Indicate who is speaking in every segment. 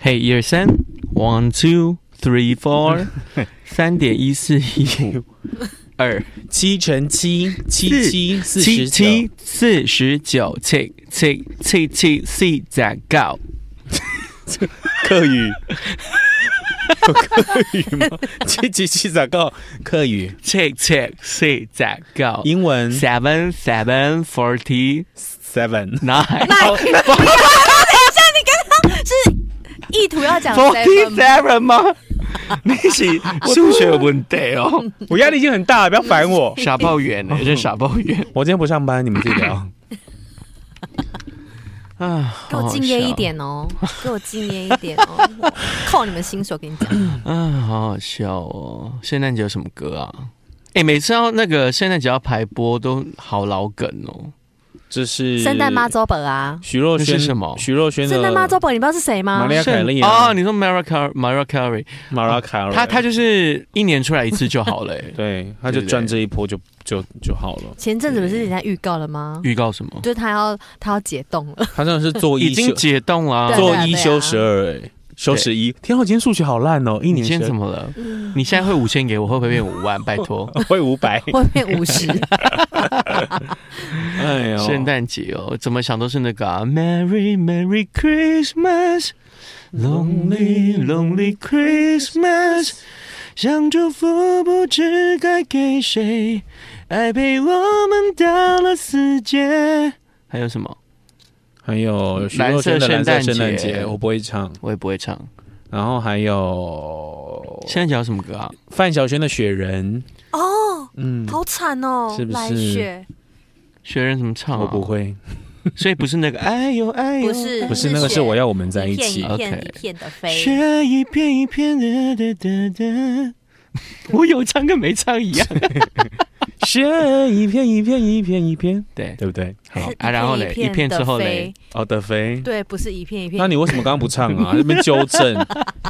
Speaker 1: 嘿，一二三，one two three four，三点一四一五二
Speaker 2: 七乘七，七七四
Speaker 1: 七
Speaker 2: 十九，
Speaker 1: 七四十九，七七七七四加告。
Speaker 2: 客语。有客语吗？七七七咋告？客语、
Speaker 1: check check 四加告
Speaker 2: 英文
Speaker 1: seven seven forty
Speaker 2: seven，
Speaker 1: nine
Speaker 3: 那你等一下，你刚刚是意图要讲
Speaker 1: forty
Speaker 3: seven 吗
Speaker 1: seven 吗？你是数学有问题哦，
Speaker 2: 我压力已经很大了，不要烦我。
Speaker 1: 傻抱怨呢，这傻抱怨
Speaker 2: 我今天不上班，你们自哦己聊。
Speaker 1: 啊！
Speaker 3: 给我敬业一点哦，给我敬业一点哦，我扣你们薪水，跟你讲。
Speaker 1: 啊，好好笑哦！圣诞节有什么歌啊？哎，每次要那个圣诞节要排播都好老梗哦。
Speaker 2: 这是
Speaker 3: 圣诞妈祖本啊，
Speaker 2: 徐若
Speaker 1: 那
Speaker 2: 瑄
Speaker 1: 是什么
Speaker 2: 徐若瑄的
Speaker 3: 圣诞妈祖本，你不知道是谁吗
Speaker 2: 玛利？亚凯莉啊
Speaker 1: 哦，你说 Mariah Car- Mariah Carey，
Speaker 2: 马拉卡尔，
Speaker 1: 她她就是一年出来一次就好了欸。
Speaker 2: 对，他就
Speaker 1: 对
Speaker 2: 赚这一波就就就好了。
Speaker 3: 前阵子不是人家预告了
Speaker 2: 嗯
Speaker 3: 吗？
Speaker 1: 预告什么？
Speaker 3: 就是他要他要解冻了，
Speaker 2: 他真的是做
Speaker 1: 已
Speaker 2: 一
Speaker 1: 经
Speaker 2: 休
Speaker 1: 解冻了啊。
Speaker 3: 对
Speaker 2: 做一休十二，哎，休十一。天啊，我今天数学好烂哦，一
Speaker 1: 你
Speaker 2: 年
Speaker 1: 今天怎
Speaker 2: 么
Speaker 1: 么了？你现在会五千给我，会不会变五万？拜托，
Speaker 2: 会五百？
Speaker 3: 会变五 十。
Speaker 2: 哎呦，
Speaker 1: 圣诞节哦，怎么想都是那个、啊、Merry Merry Christmas，Lonely Lonely Christmas，想祝福不知该给谁，爱陪我们到了死结。还有什么？
Speaker 2: 还有徐若瑄的蓝色圣诞节，我不会唱。
Speaker 1: 我也不会唱。
Speaker 2: 然后还有
Speaker 1: 圣诞节有什么歌啊？
Speaker 2: 范晓萱的雪人，
Speaker 3: 哦，
Speaker 2: 嗯，
Speaker 3: 好惨哦，
Speaker 2: 是不是
Speaker 3: 来雪
Speaker 1: 学人怎么唱、啊？
Speaker 2: 我不，会，
Speaker 1: 所以不是那个哎呦哎呦，
Speaker 3: 不是
Speaker 2: 不是那个是我要我们在一
Speaker 3: 片
Speaker 2: 起哦
Speaker 3: 一。片一片的飞。
Speaker 1: 雪一片一片的的的的， 我有唱跟没唱一样。
Speaker 2: 雪一片一片一片一片，
Speaker 1: 对
Speaker 2: 对不对？好
Speaker 3: 是，
Speaker 1: 啊然后嘞
Speaker 3: 一
Speaker 1: 一片
Speaker 3: 地
Speaker 1: 之后嘞
Speaker 3: 飞
Speaker 2: 奥德菲。
Speaker 3: 对，不是一片一片。
Speaker 2: 那你为什么刚刚不唱啊？那边纠正，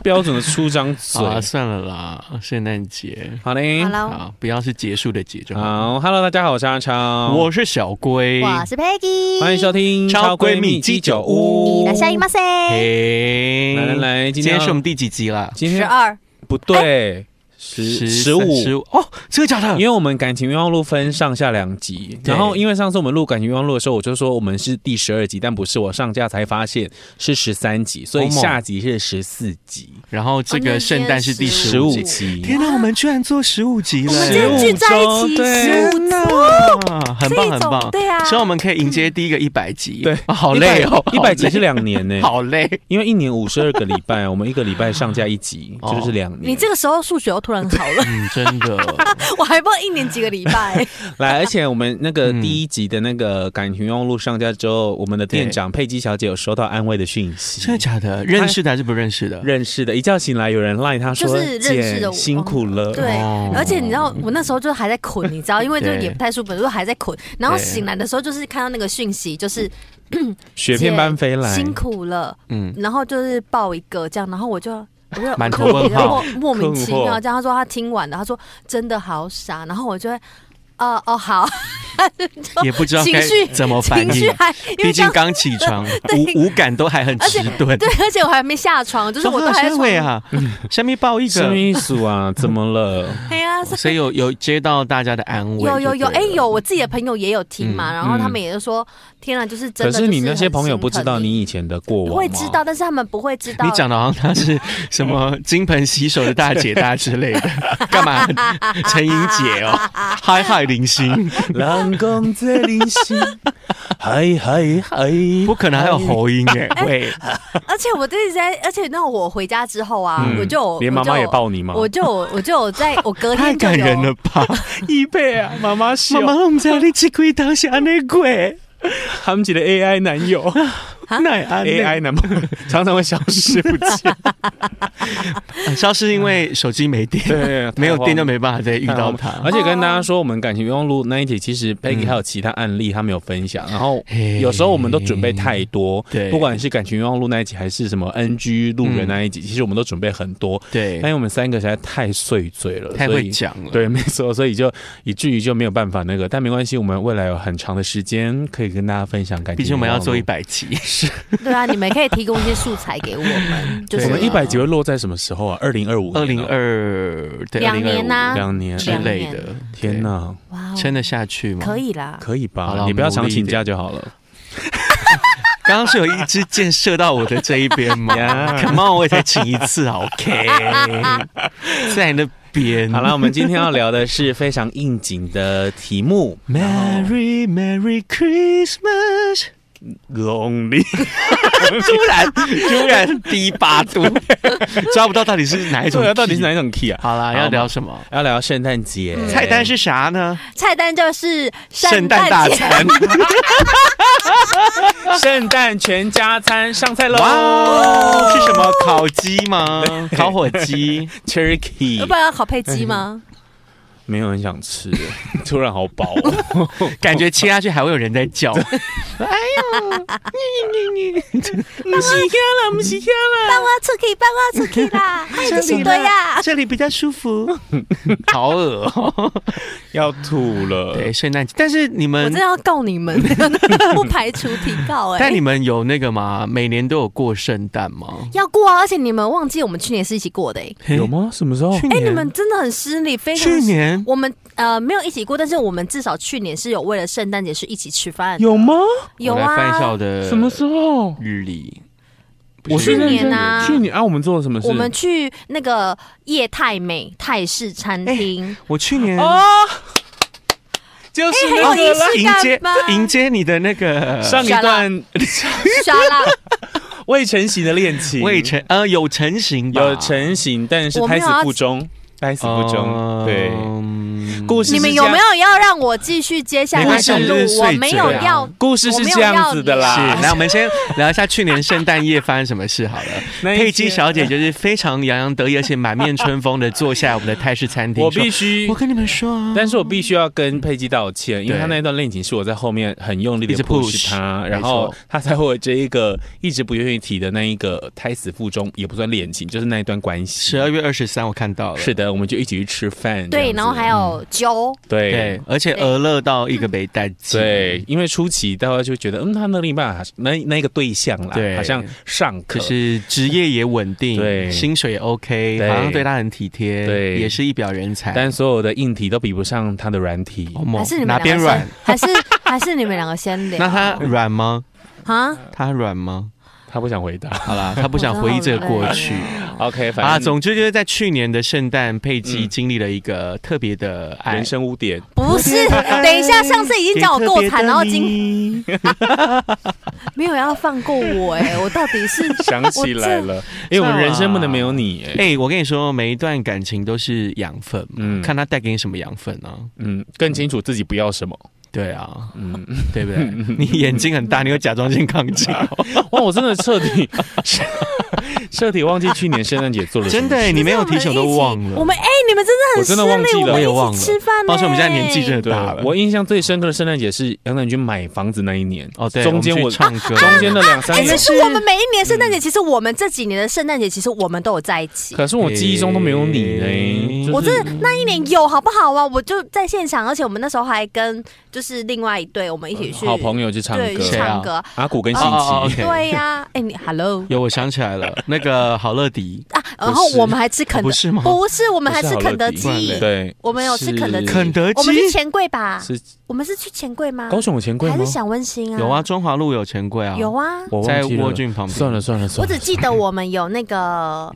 Speaker 2: 标准的出张嘴
Speaker 1: 好。啊，算了啦，圣诞节
Speaker 2: 好嘞
Speaker 3: 好，了，
Speaker 1: 啊，不要是结束的结就好。
Speaker 2: 好，Hello，大家好，我是阿超，
Speaker 1: 我是小龟，
Speaker 3: 我是 Peggy，
Speaker 2: 欢迎收听《
Speaker 1: 超闺蜜
Speaker 2: 鸡
Speaker 1: 鸡酒
Speaker 3: 你
Speaker 1: 屋
Speaker 3: 的下一马塞
Speaker 1: 嘿，
Speaker 2: 来来来，今
Speaker 1: 今
Speaker 2: 天
Speaker 1: 天
Speaker 2: 要
Speaker 1: 是我们第几集啦？
Speaker 2: 今
Speaker 3: 十
Speaker 2: 天
Speaker 3: 二，
Speaker 2: 不对，十十五。
Speaker 1: 十五哦，真的假的
Speaker 2: 因？为我们感情愿望录分上下两集，
Speaker 1: 对
Speaker 2: 然后因为上次我们录感情愿望录的时候，我就说我们是第十二集，但不是我上架才发现是十三集，所以
Speaker 1: 好猛
Speaker 2: 下集是十四集，
Speaker 1: 然后这个圣诞是第
Speaker 3: 15
Speaker 2: 十
Speaker 1: 十
Speaker 2: 五
Speaker 1: 五
Speaker 3: 集
Speaker 1: 集，
Speaker 2: 集，
Speaker 1: 天哪，我们居然做十五集
Speaker 3: 我
Speaker 1: 了！
Speaker 3: 们
Speaker 2: 是
Speaker 3: 今天聚在一
Speaker 2: 15周
Speaker 3: 起，
Speaker 2: 对
Speaker 3: 十五
Speaker 1: 呐，很棒很
Speaker 3: 这
Speaker 1: 棒
Speaker 3: 种，对啊，
Speaker 1: 希望我们可以迎接第一个一百集。
Speaker 2: 对
Speaker 1: 啊好累哦，
Speaker 2: 一百集
Speaker 1: 集
Speaker 2: 是两年呢、
Speaker 1: 好累。
Speaker 2: 因为一年五十二个礼拜，我们一个礼拜上架一集，
Speaker 1: 哦
Speaker 2: 这就是两年。
Speaker 3: 你这个时候数学又突然好了，
Speaker 1: 嗯，真的，
Speaker 3: 我还不知道一年几个礼拜。
Speaker 2: 来，而且我们那个
Speaker 1: 嗯
Speaker 2: 第一集的那个感情用路上架之后，我们的店
Speaker 1: 对
Speaker 2: 长佩姬小姐有收到安慰的讯
Speaker 1: 真的
Speaker 2: 息。
Speaker 1: 假的？认识的还是不认识的？
Speaker 2: 认识的，一觉醒来有人赖她说：“
Speaker 3: 就是认识的哦
Speaker 2: 姐辛苦了。”
Speaker 3: 对
Speaker 1: 哦，
Speaker 3: 而且你知道，我那时候就还在捆，你知道，因为就
Speaker 1: 对
Speaker 3: 也不太舒服，就还在捆。然后
Speaker 1: 对
Speaker 3: 醒来的时候，就是看到那个讯息，就是
Speaker 2: 雪片般飞来，
Speaker 3: 辛苦了，
Speaker 1: 嗯，
Speaker 3: 然后就是抱一个这样，然后我就。我就
Speaker 1: 满头
Speaker 3: 我就
Speaker 1: 问号
Speaker 3: 莫莫名其
Speaker 2: 困惑
Speaker 3: 妙这样。他说他听完了，他说真的好傻，然后我就会，呃哦好，
Speaker 1: 也不知道
Speaker 3: 哦情
Speaker 1: 该
Speaker 3: 绪
Speaker 1: 怎么哦反
Speaker 3: 情绪
Speaker 1: 应。
Speaker 3: 还因
Speaker 1: 毕
Speaker 3: 为
Speaker 1: 竟
Speaker 3: 刚
Speaker 1: 刚起 床，五五感都还很迟钝。
Speaker 3: 对，而且我还没下床，就是
Speaker 1: 说
Speaker 3: 我都
Speaker 1: 啊
Speaker 3: 还在
Speaker 1: 谁
Speaker 3: 床
Speaker 1: 会，啊，下面抱一
Speaker 2: 什
Speaker 1: 个
Speaker 2: 么。意思啊？怎么了？
Speaker 3: 对啊，是
Speaker 1: 所以有有接到大家的安慰，
Speaker 3: 有有有，
Speaker 1: 就对
Speaker 3: 哎
Speaker 1: 了
Speaker 3: 有，我自己的朋友也有听嘛，
Speaker 1: 嗯
Speaker 3: 然后他
Speaker 2: 嗯
Speaker 3: 们也就说，天啊，就是真
Speaker 2: 可
Speaker 3: 的。
Speaker 2: 是你那些朋友不知
Speaker 3: 知
Speaker 2: 道你以前的过往，
Speaker 3: 会知 道，。但是他们不会知道。
Speaker 1: 你讲的好像她是什么金盆洗手的大姐大之 类的，干嘛？陈莹姐哦，嗨嗨林星，
Speaker 2: 人讲这里是，嗨嗨嗨，
Speaker 1: 不可能还有喉音 哎，喂，
Speaker 3: 而且我一直在，而且那我回家之后啊，
Speaker 2: 嗯
Speaker 3: 我就
Speaker 2: 连妈妈也，抱你吗？
Speaker 3: 我就我就我就有在我隔
Speaker 1: 太
Speaker 3: 天就有哦
Speaker 1: 感人了 吧！
Speaker 2: 一倍啊，妈妈是
Speaker 1: 妈妈，我们在你吃亏当下那鬼，
Speaker 2: 他们几个 AI 男友。
Speaker 1: 那啊
Speaker 2: AI 男朋友常常会消失不见，
Speaker 1: 啊消失因为手机没电，
Speaker 2: 对
Speaker 1: 没有电就没办法再遇到他。
Speaker 2: 而且跟大家说，我们感情用录那一集，其实 Peggy 还有其他案例，他没有分享。然后
Speaker 1: 嘿
Speaker 2: 有时候我们都准备太多，
Speaker 1: 对
Speaker 2: 不管是感情用录那一集，还是什么 NG 路人那一集，其实我们都准备很多。
Speaker 1: 对
Speaker 2: 但因，为我们三个实在太碎嘴了，
Speaker 1: 太
Speaker 2: 所
Speaker 1: 会
Speaker 2: 以
Speaker 1: 讲了。
Speaker 2: 对，没错，所以就以至于就没有办法那个，但没关系，我们未来有很长的时间可以跟大家分享感情。
Speaker 1: 毕竟我们要做一，百集，是
Speaker 3: 对啊，你们可以提供一些素材给我们，就是
Speaker 2: 我们
Speaker 1: 对
Speaker 2: 一百集会落在什么时候啊？二零二 五，
Speaker 1: 二零二对
Speaker 3: 两年呐
Speaker 1: 呐
Speaker 2: 两年，
Speaker 1: 之类
Speaker 3: 两
Speaker 1: 的。
Speaker 2: 天
Speaker 1: 哪，
Speaker 2: 哪，
Speaker 3: 哇哦，
Speaker 1: 撑得下去吗？
Speaker 3: 可。以啦，
Speaker 2: 可以
Speaker 1: 好了
Speaker 2: 吧？
Speaker 1: 我
Speaker 2: 你
Speaker 1: 们
Speaker 2: 不要常
Speaker 1: 努力一
Speaker 2: 请
Speaker 1: 点
Speaker 2: 假就好了。
Speaker 1: 刚刚是有一支箭射到我的这一边 吗
Speaker 2: Yeah
Speaker 1: ？Come on，我也才请一次啊，OK，在那边。
Speaker 2: 好了，我们今天要聊的是非常应景的题目
Speaker 1: Merry Merry Christmas，
Speaker 2: ，Lonely。
Speaker 1: 突然突然低八度， 抓不到到底是哪一种
Speaker 2: 对
Speaker 1: key，
Speaker 2: 啊，到底是哪一种 key 啊？
Speaker 1: 好啦，
Speaker 2: 好
Speaker 1: 要聊什么？
Speaker 2: 要聊圣诞节，
Speaker 1: 菜单是啥 呢？
Speaker 3: 菜单就是
Speaker 1: 圣诞大
Speaker 3: 节
Speaker 1: 餐。
Speaker 2: 圣诞全家餐上菜喽
Speaker 1: 哇哦，是什么？烤鸡 吗？烤火鸡？
Speaker 3: 要
Speaker 2: ？Turkey
Speaker 3: 不然要烤配鸡吗？
Speaker 2: 哎没有很想吃， 突然好饱哦。
Speaker 1: 感觉切下去还会有人在 叫。
Speaker 2: 不是香了，不是香了。
Speaker 3: 搬我啊出去，搬我出去 啦！哎，这是对 呀，
Speaker 1: 这里比较舒服， 好恶哦、
Speaker 2: 要吐了。
Speaker 1: 对，圣诞节，但是你
Speaker 3: 我
Speaker 1: 们
Speaker 3: 真的，要告 你们，不排除提告哎
Speaker 1: 但。你们有那个吗？每年都有过圣诞吗？
Speaker 3: 要过啊！而且你们忘记我们去年是一起过的哎、
Speaker 2: 有吗？什么时候？
Speaker 1: 去
Speaker 3: 哎、
Speaker 1: 年
Speaker 3: 你们真的很失礼，非常
Speaker 1: 去年
Speaker 3: 我们呃没有一起过，但是我们至少去年是有为了圣诞节是一起吃饭的，
Speaker 2: 有吗？
Speaker 3: 有
Speaker 1: 我来翻一下我
Speaker 3: 啊，
Speaker 1: 的
Speaker 2: 什么时候？
Speaker 1: 日历？
Speaker 2: 我是
Speaker 3: 去
Speaker 2: 认
Speaker 3: 年
Speaker 2: 真的
Speaker 3: 啊
Speaker 2: 去年啊，我们做了什么事？
Speaker 3: 我们去那个叶太美泰式餐厅，
Speaker 1: 我去年
Speaker 2: 啊，就是
Speaker 3: 哎很有
Speaker 2: 那个
Speaker 3: 意思
Speaker 2: 啦
Speaker 1: 迎
Speaker 3: 干
Speaker 1: 接
Speaker 3: 嘛
Speaker 1: 迎接你的那个
Speaker 2: 上一段
Speaker 1: 哎
Speaker 3: 沙拉，
Speaker 2: 未成型的恋情，
Speaker 1: 未成呃有成型吧
Speaker 2: 有成型，但是
Speaker 3: 我
Speaker 2: 胎
Speaker 3: 没有
Speaker 2: 死
Speaker 3: 要
Speaker 2: 腹中，
Speaker 1: 啊
Speaker 2: 胎死腹中。哦对，
Speaker 1: 嗯
Speaker 2: 故事
Speaker 3: 你们有没有要让我继续接下来的路
Speaker 1: 没关系？
Speaker 3: 我没有
Speaker 1: 对啊
Speaker 3: 要，
Speaker 2: 故事是这样子的啦
Speaker 1: 是，。那我们先聊一下去年圣诞夜发生什么事好 了。
Speaker 2: 那一
Speaker 1: 佩姬
Speaker 2: 天
Speaker 1: 小姐就是非常洋洋得意，而且满面春风的坐下我们的泰式餐厅。
Speaker 2: 我
Speaker 1: 说
Speaker 2: 必须
Speaker 1: 我，跟你们说啊，
Speaker 2: 但是我必须要跟佩姬道歉，因为
Speaker 1: 对
Speaker 2: 她那一段恋情是我在后面很用力
Speaker 1: 一直
Speaker 2: 的
Speaker 1: push，
Speaker 2: push 她，然后
Speaker 1: 没错
Speaker 2: 她才会有这一个一直不愿意提的那一个胎死腹中，也不算恋情，就是那一段关系。
Speaker 1: 十二月二十三我看到了，
Speaker 2: 是的，我们就一起去吃饭。这
Speaker 1: 啊
Speaker 3: 对，
Speaker 2: 样子
Speaker 3: 然后还
Speaker 1: 嗯
Speaker 3: 有酒，
Speaker 2: 对
Speaker 1: 对，而且俄勒到一个没带劲。
Speaker 2: 对，，因为初期大家就觉得，嗯，他那另一半好像那那个对象啦，
Speaker 1: 对
Speaker 2: 好像上课
Speaker 1: 可。是职业也稳定，
Speaker 2: 对
Speaker 1: 薪水也 OK，
Speaker 2: 对
Speaker 1: 好像对他很体贴，
Speaker 2: 对
Speaker 1: 也是一表人才。
Speaker 2: 但所有的硬体都比不上他的软体，
Speaker 1: 好猛
Speaker 3: 还是你
Speaker 1: 哪
Speaker 3: 们
Speaker 1: 边
Speaker 3: 两个
Speaker 1: 软
Speaker 3: 先？，还是还是你们两 个先聊？
Speaker 1: 那他软吗？
Speaker 3: 啊，
Speaker 1: 他软吗？
Speaker 2: 他不想回答。
Speaker 1: 好啦，他不想回忆这个过去。
Speaker 2: OK，
Speaker 1: 啊，
Speaker 2: 反正
Speaker 1: 总之就是在去年的圣诞，佩姬
Speaker 2: 嗯
Speaker 1: 经历了一个特别的爱
Speaker 2: 人生污点，
Speaker 3: 不 是，等一下，上次已经讲我够惨，然后
Speaker 1: 今
Speaker 3: 今没有要放过 我哎、我到底是
Speaker 2: 想起来了，因为我们人生不能没有你，哎，
Speaker 1: 哎、我跟你说，每一段感情都是养分嘛，
Speaker 2: 嗯
Speaker 1: 看它带给你什么养分啊？
Speaker 2: 嗯，更清楚自己不要什么，
Speaker 1: 对啊，
Speaker 2: 嗯，
Speaker 1: 对不对？你眼睛很大，你有甲状腺亢进，
Speaker 2: 哇，我真的彻底 彻底忘记去年圣诞节做了什
Speaker 1: 真
Speaker 2: 么事，
Speaker 1: 的、哎你没有提醒我都忘了。
Speaker 3: 我们哎、你们真的很
Speaker 2: 我真的忘记
Speaker 3: 失
Speaker 2: 了
Speaker 3: 礼我们
Speaker 1: 我也忘
Speaker 3: 一
Speaker 1: 了
Speaker 3: 起吃饭、欸。
Speaker 1: 抱歉我们现在年纪真的
Speaker 2: 对
Speaker 1: 大了
Speaker 2: 我印象最深刻的圣诞节是杨乃军买房子那一年，
Speaker 1: 哦，对，
Speaker 2: 中间
Speaker 1: 我们
Speaker 2: 我
Speaker 1: 去唱歌，
Speaker 2: 中间的两三
Speaker 3: 哎、
Speaker 2: 年
Speaker 3: 其，实我们每一年圣诞节，其实我们这几年的圣诞节，其实我们都有在一 起。
Speaker 2: 可是我记忆中都没有你
Speaker 1: 诶
Speaker 2: 呢，就是
Speaker 3: 我真的那一年有好不好啊？我就在现场，而且我们那时候还跟就是另外一对，我们一起去、
Speaker 2: 好朋友去唱
Speaker 3: 对
Speaker 2: 歌，
Speaker 3: 去
Speaker 1: 谁啊
Speaker 3: 唱歌。
Speaker 2: 阿古跟
Speaker 1: 哦
Speaker 2: 信
Speaker 1: 哦
Speaker 2: 奇，
Speaker 1: OK
Speaker 3: 对呀、哎、你 Hello
Speaker 1: 有，我想起来了，那个好乐迪，哦
Speaker 3: 啊，然后我们还吃肯
Speaker 1: 不
Speaker 3: 德，
Speaker 1: 是吗？
Speaker 3: 不是，我们还吃肯德
Speaker 1: 不是好乐迪不然
Speaker 3: 基
Speaker 1: 嘞，
Speaker 2: 对，
Speaker 3: 我们有吃肯德基，
Speaker 2: 是
Speaker 1: 肯德
Speaker 3: 我们去
Speaker 1: 基
Speaker 3: 钱柜吧？
Speaker 2: 是
Speaker 3: 我们是去钱柜吗？
Speaker 2: 高雄有钱柜吗
Speaker 3: 还是？想温馨啊？
Speaker 1: 有啊，，中华路有钱柜啊，
Speaker 3: 有啊。
Speaker 2: 我
Speaker 1: 在
Speaker 2: 忘记
Speaker 1: 沃
Speaker 2: 了。
Speaker 1: 郡旁边。
Speaker 2: 算了，算了
Speaker 3: 我
Speaker 2: 算了
Speaker 3: 只，记得我们有那个，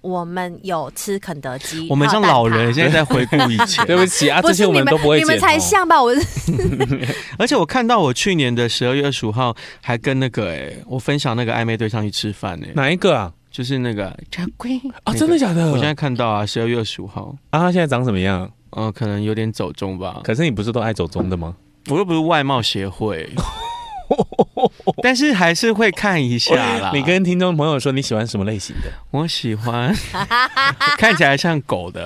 Speaker 3: 我们有吃肯德基，
Speaker 1: 我们像
Speaker 3: 还有蛋挞
Speaker 1: 老人，。现在在回顾以 前。
Speaker 2: 对不起啊，
Speaker 3: 不
Speaker 2: 这
Speaker 3: 是
Speaker 2: 些我
Speaker 3: 你
Speaker 2: 们都不会
Speaker 3: 你
Speaker 2: 剪哦。
Speaker 3: 们才像吧？我
Speaker 1: 而且我看到我去年的十二月二十五号还跟那个哎、我分享那个暧昧对象去吃饭呢、
Speaker 2: 哪一个啊？
Speaker 1: 就是那个茶龟
Speaker 2: 啊，真的假的？
Speaker 1: 我现在看到啊，十二月二十五号，
Speaker 2: 啊，他现在长什么样？
Speaker 1: 嗯、可能有点走中吧，
Speaker 2: 可是你不是都爱走中的 吗？
Speaker 1: 我又不是外貌协 会，但是还是会看一下啦。
Speaker 2: 你跟听众朋友说你喜欢什么类型的？
Speaker 1: 我喜欢 看起来像狗 的，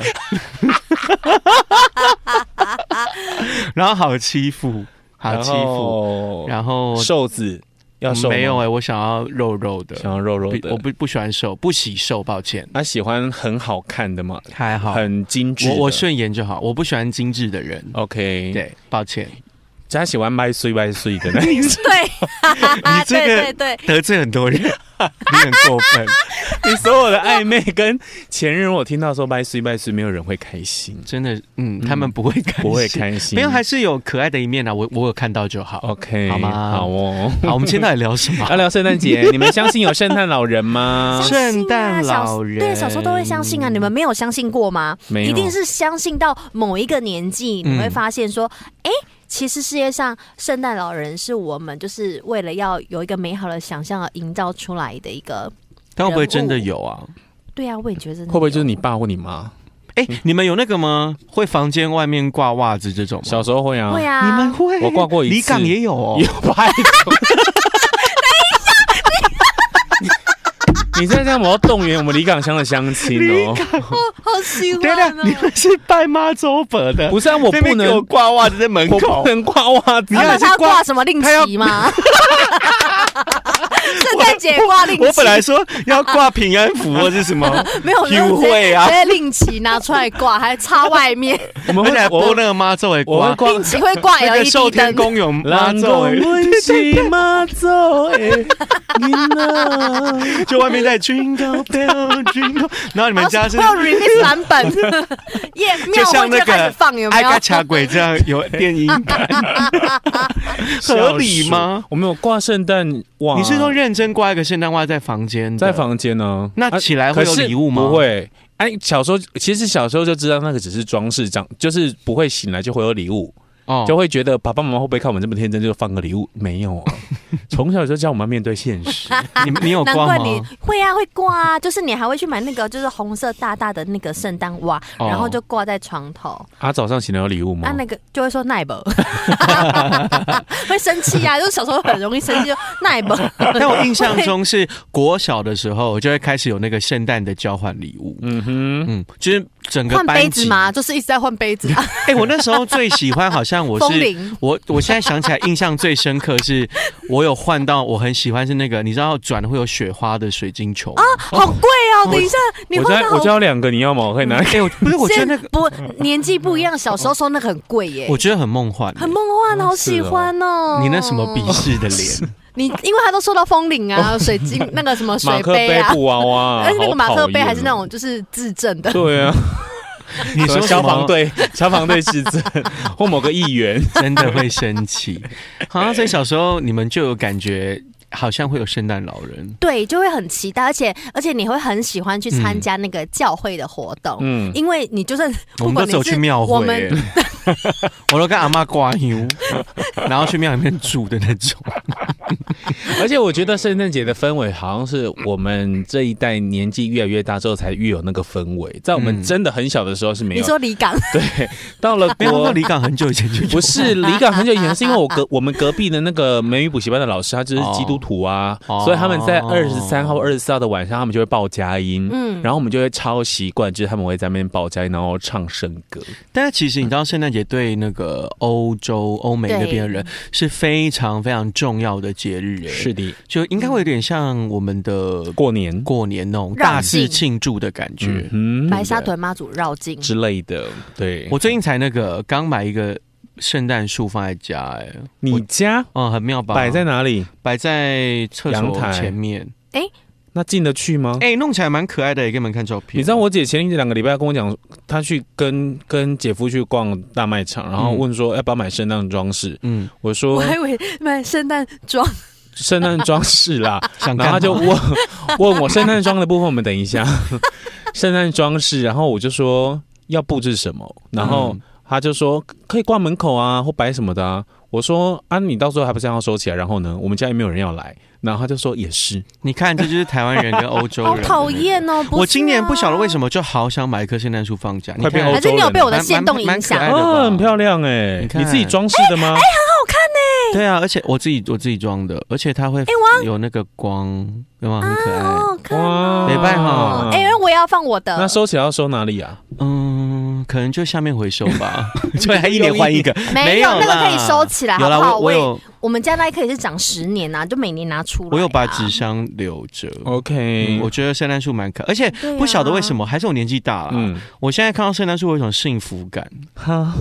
Speaker 1: 然后好欺负，好欺负，
Speaker 2: 负
Speaker 1: 然后
Speaker 2: 瘦子要瘦吗
Speaker 1: 没有哎、我想要肉肉的，
Speaker 2: 想要肉肉
Speaker 1: 不
Speaker 2: 的
Speaker 1: 我。不不喜欢瘦，不喜瘦，抱歉。
Speaker 2: 他喜欢很好看的嘛，
Speaker 1: 还好，
Speaker 2: 很精致的。哦
Speaker 1: 我我顺眼就好，我不喜欢精致的人。
Speaker 2: OK，，
Speaker 1: 对，抱歉，
Speaker 2: 就他喜欢麦碎麦碎 的那一种。
Speaker 3: 对，啊
Speaker 1: 你这个
Speaker 3: 对对对，
Speaker 1: 得罪很 多人，你很过分。
Speaker 2: 你所有的暧昧跟前任，我听到说麦碎麦碎，没有人会开心，
Speaker 1: 真的，嗯，他们不会开心，
Speaker 2: 不会开心。
Speaker 1: 没有，还是有可爱的一面啊。我我有看到就好。
Speaker 2: OK，
Speaker 1: 好吗
Speaker 2: 好哦。
Speaker 1: 好，我们今天到底聊什么
Speaker 2: 要？聊圣诞节，你们相信有圣诞老人吗？
Speaker 1: 是圣诞老人
Speaker 3: 对，啊小时候都会相信啊。你们没有相信过吗？
Speaker 2: 没有
Speaker 3: 一定是相信到某一个年纪，
Speaker 1: 嗯
Speaker 3: 你会发现说，哎、其实世界上圣诞老人是我们就是为了要有一个美好的想象而营造出来的一个。
Speaker 1: 他会不会真的有啊？
Speaker 3: 对啊，我也觉得
Speaker 2: 会不会就是你爸或你妈？
Speaker 1: 哎、你们有那个吗？会房间外面挂袜子这种吗？
Speaker 2: 小时候会啊，
Speaker 3: 会
Speaker 2: 啊，
Speaker 3: 啊？
Speaker 1: 你们会？
Speaker 2: 我挂过一次
Speaker 1: 离港也有哦
Speaker 2: 有。拍。你在这样我要动员我们李港乡的乡亲哦！
Speaker 3: 好喜
Speaker 1: 对
Speaker 3: 欢
Speaker 1: 的，
Speaker 3: 哦
Speaker 1: 你。们是拜妈祖伯的，
Speaker 2: 不是啊，我
Speaker 1: 那
Speaker 2: 不
Speaker 1: 边给我
Speaker 2: 能，
Speaker 1: 挂袜子在门
Speaker 2: 我
Speaker 1: 口
Speaker 2: 不。能挂袜子
Speaker 1: 你看
Speaker 3: 那
Speaker 2: 啊。
Speaker 1: 是
Speaker 3: 他要
Speaker 1: 挂
Speaker 3: 挂什么令
Speaker 1: 他要
Speaker 3: 旗吗？ 圣诞节挂令旗，
Speaker 1: 我本来说要挂平安符或是什 么，
Speaker 3: 没有
Speaker 1: 优惠啊
Speaker 3: 直接令旗拿出来挂，还插 外面，
Speaker 2: 我们
Speaker 1: 而
Speaker 2: 会
Speaker 1: 且还播
Speaker 2: 我
Speaker 1: 那个妈祖也
Speaker 2: 我
Speaker 1: 挂，
Speaker 2: 会挂
Speaker 3: 令旗会挂
Speaker 1: 那个
Speaker 3: LED
Speaker 1: 寿天
Speaker 3: 灯。
Speaker 1: 公 有妈祖也，
Speaker 2: 是妈祖 的囡仔
Speaker 1: 就外面在 Jingle Bell Jingle，然后你们家是
Speaker 3: 会有 remix 版本， 夜
Speaker 1: 就
Speaker 3: 庙
Speaker 1: 像
Speaker 3: 会
Speaker 1: 那
Speaker 3: 就开
Speaker 1: 个
Speaker 3: 始放，有没
Speaker 1: 爱
Speaker 3: 有？
Speaker 1: 嘎卡鬼这样有电音 版，合理吗？
Speaker 2: 我们有挂圣诞袜，
Speaker 1: 你是说认真挂一个圣诞袜在房间的？
Speaker 2: 在房间呢？
Speaker 1: 那
Speaker 2: 啊
Speaker 1: 起来会有礼物吗
Speaker 2: 可是不会。哎，小时候其实小时候就知道那个只是装饰，长就是不会醒来就会有礼物，
Speaker 1: 哦
Speaker 2: 就会觉得爸爸妈妈会不会看我们这么天真，就放个礼物？没有 啊，从小就教我们面对现实。
Speaker 1: 你你有
Speaker 3: 难
Speaker 1: 挂
Speaker 3: 怪
Speaker 1: 吗？
Speaker 3: 你会啊，会挂啊，就是你还会去买那个，就是红色大大的那个圣诞袜，
Speaker 1: 哦
Speaker 3: 然后就挂在床头，
Speaker 2: 啊，早上醒来有礼物吗
Speaker 3: 啊，？那个就会说奈伯，会生气啊，就是小时候很容易生气，就奈伯。
Speaker 1: 但我印象中是国小的时候就会开始有那个圣诞的交换礼物，
Speaker 2: 嗯哼，
Speaker 1: 嗯，就是整个
Speaker 3: 换杯
Speaker 1: 班
Speaker 3: 子
Speaker 1: 级。
Speaker 3: 吗？就是一直在换杯 子啊，
Speaker 1: 哎、我那时候最喜欢，好像我
Speaker 3: 风
Speaker 1: 是
Speaker 3: 铃。
Speaker 1: 我，我现在想起来印象最深刻是，我有换到我很喜欢是那个，你知道转会有雪花的水晶球啊？
Speaker 3: 好贵哦！等一下，你
Speaker 2: 我
Speaker 3: 换
Speaker 2: 家
Speaker 3: 的
Speaker 2: 我
Speaker 3: 好
Speaker 2: 家有两个，你要吗？我可以拿。
Speaker 3: 嗯
Speaker 1: 哎、我不是，我觉得那个，嗯
Speaker 3: 不年纪不一样，小时候收那个很贵耶，
Speaker 1: 哦我觉得很梦幻、
Speaker 3: 很梦幻，好喜欢哦。
Speaker 1: 你那什么哦鄙视的脸？
Speaker 3: 你因为他都收到风铃啊、水晶那个什 么
Speaker 2: 马
Speaker 3: 水
Speaker 2: 克杯
Speaker 3: 啊，
Speaker 2: 布娃娃，
Speaker 3: 而且那个
Speaker 2: 好
Speaker 3: 马克
Speaker 2: 讨
Speaker 3: 杯
Speaker 2: 厌
Speaker 3: 还是那
Speaker 2: 哦
Speaker 3: 种就是自证的。
Speaker 2: 对 啊，
Speaker 1: 你 说
Speaker 2: 消防
Speaker 1: 队
Speaker 2: 队、消防队是这，或某个议员，
Speaker 3: 哦
Speaker 1: 真的会生气。好像所以小时候你们就有感觉，好像会有圣诞老人。
Speaker 3: 对，就会很期待，而且而且你会很喜欢去参加那个教会的活动，
Speaker 2: 嗯，
Speaker 3: 因为你就算
Speaker 1: 我
Speaker 3: 不
Speaker 1: 们都
Speaker 3: 管
Speaker 1: 只有
Speaker 3: 你
Speaker 1: 去
Speaker 3: 是
Speaker 1: 庙
Speaker 3: 我
Speaker 1: 会欸、
Speaker 3: 们
Speaker 1: 我都跟阿妈挂油，然后去庙里面住的那种。
Speaker 2: 而且我觉得圣诞节的氛围好像是我们这一代年纪越来越大之后才越有那个氛围，在我们
Speaker 1: 嗯
Speaker 2: 真的很小的时候是没
Speaker 3: 你
Speaker 2: 有。
Speaker 3: 说离港，
Speaker 2: 对，到了
Speaker 1: 没有，到
Speaker 2: 国。
Speaker 1: 离港很久以前就有
Speaker 2: 不是离港很久以前，是因为我隔我们隔壁的那个美语补习班的老师，他就是基督徒啊，
Speaker 1: 哦
Speaker 2: 所以他们在二十三号、二十四号的晚上，他们就会报佳音，
Speaker 3: 嗯
Speaker 2: 然后我们就会超习惯，就是他们会在那边报佳音，然后唱圣歌。
Speaker 1: 但是其实你
Speaker 3: 嗯
Speaker 1: 知道，圣诞节对那个欧洲、欧美那边的人是非常非常重要的节日，哎，
Speaker 2: 的，
Speaker 1: 就应该会有点像我们的
Speaker 2: 过年，
Speaker 1: 过年那种
Speaker 3: 绕境
Speaker 1: 大肆庆祝的感觉。
Speaker 2: 嗯
Speaker 3: 白沙屯妈祖绕
Speaker 1: 嗯
Speaker 3: 境，
Speaker 2: 之类的，对
Speaker 1: 我最近才那个刚买一个圣诞树放在家，哎，
Speaker 2: 你家
Speaker 1: 嗯，很妙吧？
Speaker 2: 摆在哪里？
Speaker 1: 摆在厕
Speaker 2: 阳
Speaker 1: 所
Speaker 2: 台
Speaker 1: 前面，
Speaker 2: 那进得去吗？
Speaker 1: 哎，弄起来蛮可爱的，也给你们看照片。
Speaker 2: 你知道我姐前两个礼拜跟我讲，她去跟跟姐夫去逛大卖场，然后问说要不要买圣诞装饰。
Speaker 1: 嗯，
Speaker 2: 我
Speaker 3: 我
Speaker 2: 说
Speaker 3: 还以为买圣诞装，
Speaker 2: 圣诞装 饰啦，
Speaker 1: 想
Speaker 2: 然
Speaker 1: 干
Speaker 2: 后
Speaker 1: 嘛
Speaker 2: 她就问问我圣诞装的部分，我们等一下。 圣诞装饰，然后我就说要布置什么，然后
Speaker 1: 嗯
Speaker 2: 她就说可以挂门口啊，或摆什么的啊。我说啊，你到时候还不是要收起来？然后呢，我们家也没有人要来。然后她就说也是，
Speaker 1: 你看，这就是台湾人跟欧洲人
Speaker 3: 好
Speaker 1: 的那个
Speaker 3: 讨厌哦！
Speaker 1: 我今年不晓得为
Speaker 3: 么，
Speaker 1: 什么就好想买一棵圣诞树放假，
Speaker 2: 快
Speaker 1: 你
Speaker 2: 变
Speaker 1: 看
Speaker 2: 欧
Speaker 3: 还
Speaker 2: 洲
Speaker 3: 是你有被我的
Speaker 1: 蛮
Speaker 3: 线动
Speaker 1: 蛮
Speaker 3: 影响
Speaker 1: 蛮可爱？的吧
Speaker 2: 啊，很漂亮哎、
Speaker 1: 你看哎
Speaker 2: 你自己装饰的吗？
Speaker 1: 对啊，而且我自己我自己装的，而且它会有那个光，对吗？很可爱。
Speaker 3: 哦，看哦，
Speaker 1: 哎没办法
Speaker 3: 哦哎，我也要放我的。
Speaker 2: 那收起来要收哪里啊？
Speaker 1: 嗯，可能就下面回收 吧，就还一年换一个。
Speaker 3: 没有
Speaker 1: 没有
Speaker 3: 那
Speaker 1: 啦
Speaker 3: 个可以收起来，
Speaker 1: 有
Speaker 3: 好
Speaker 1: 啦，
Speaker 3: 不啊好？
Speaker 1: 我
Speaker 3: 我
Speaker 1: 我
Speaker 3: 也
Speaker 1: 有
Speaker 3: 我们家那一颗也是长十年啊呐、就每年拿出来、啊
Speaker 1: 我有把纸，箱留着。嗯
Speaker 2: OK，
Speaker 1: 我觉得圣诞树蛮可爱，而且
Speaker 3: 对啊
Speaker 1: 不晓得为什么，还是我年纪大了。
Speaker 2: 嗯，
Speaker 1: 我现在看到圣诞树，我有一种幸福感。
Speaker 2: 哈，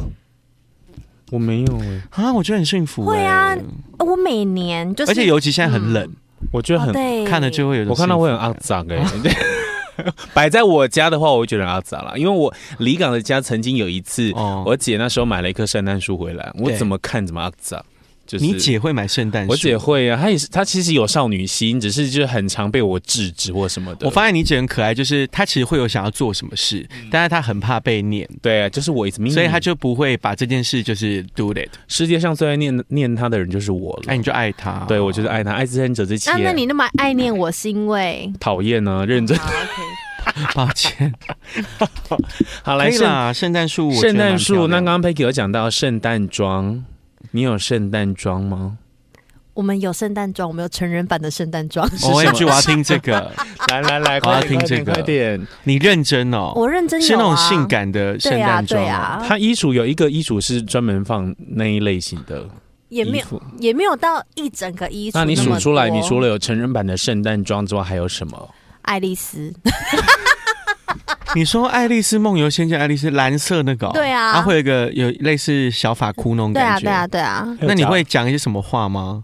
Speaker 2: 我没有哎，
Speaker 1: 啊，我觉得很幸福、欸。
Speaker 3: 会啊我每年就是，
Speaker 1: 而且尤其现在很冷，
Speaker 2: 我觉得
Speaker 3: 哦
Speaker 2: 很，
Speaker 3: 对，
Speaker 1: 看了就会有种
Speaker 2: 我看到会很肮脏哎。 摆在我家的话，我会觉得很肮脏了，因为我离港的家曾经有一次
Speaker 1: 幸，福哦。
Speaker 2: 我姐那时候买了一棵圣诞树回来，我
Speaker 1: 对
Speaker 2: 怎么看怎么肮脏。就是
Speaker 1: 你姐会买圣诞树？
Speaker 2: 我姐会啊，她也是，她其实有少女心，只是就是很常被我制止或什么的。
Speaker 1: 我发现你姐很可爱，就是她其实会有想要做什么事，
Speaker 2: 嗯
Speaker 1: 但是她很怕被念，
Speaker 2: 对啊，就是我一直，
Speaker 1: 所以她就不会把这件事就是 do it。
Speaker 2: 世界上最爱念念她的人就是我了。
Speaker 1: 哎，你就爱她。
Speaker 2: 对，我就是爱她，爱之深责之切。
Speaker 3: 啊，那你那么爱念我是因为
Speaker 2: 讨厌呢？认真。
Speaker 3: 好 OK，
Speaker 1: 抱 歉。
Speaker 2: 好
Speaker 1: 可
Speaker 2: 来
Speaker 1: 以
Speaker 2: 圣
Speaker 1: 啦，圣诞树，
Speaker 2: 圣诞树，那刚刚 Peggy 有讲到圣诞装，你有圣诞装吗？
Speaker 3: 我们有圣诞装，我们有成人版的圣诞装。
Speaker 1: O M G，我要听这个，
Speaker 3: 啊
Speaker 2: 来来来，
Speaker 1: 我要
Speaker 2: 快点
Speaker 1: 听
Speaker 2: 快
Speaker 1: 这
Speaker 2: 点
Speaker 1: 个
Speaker 2: 快点！
Speaker 1: 你认真哦，
Speaker 3: 我认真有、啊、
Speaker 1: 是那种性感的圣
Speaker 3: 对啊
Speaker 1: 诞
Speaker 3: 对
Speaker 1: 装哦。
Speaker 3: 啊，
Speaker 2: 他衣橱有一个衣橱是专门放那一类型的
Speaker 3: 也没
Speaker 2: 衣
Speaker 3: 有
Speaker 2: 服。
Speaker 3: 也没有到一整个衣橱
Speaker 2: 那
Speaker 3: 么
Speaker 2: 你
Speaker 3: 多。
Speaker 2: 数出来，你除了有成人版的圣诞装之外，还有什么？
Speaker 3: 爱丽丝，
Speaker 1: 你说《爱丽丝梦游仙境》，爱丽丝蓝色那个哦、
Speaker 3: 对啊
Speaker 1: 它会有一个有类似小发箍那种
Speaker 3: 对啊
Speaker 1: 感觉。
Speaker 3: 对啊对啊，
Speaker 1: 那你会讲一些什么话吗？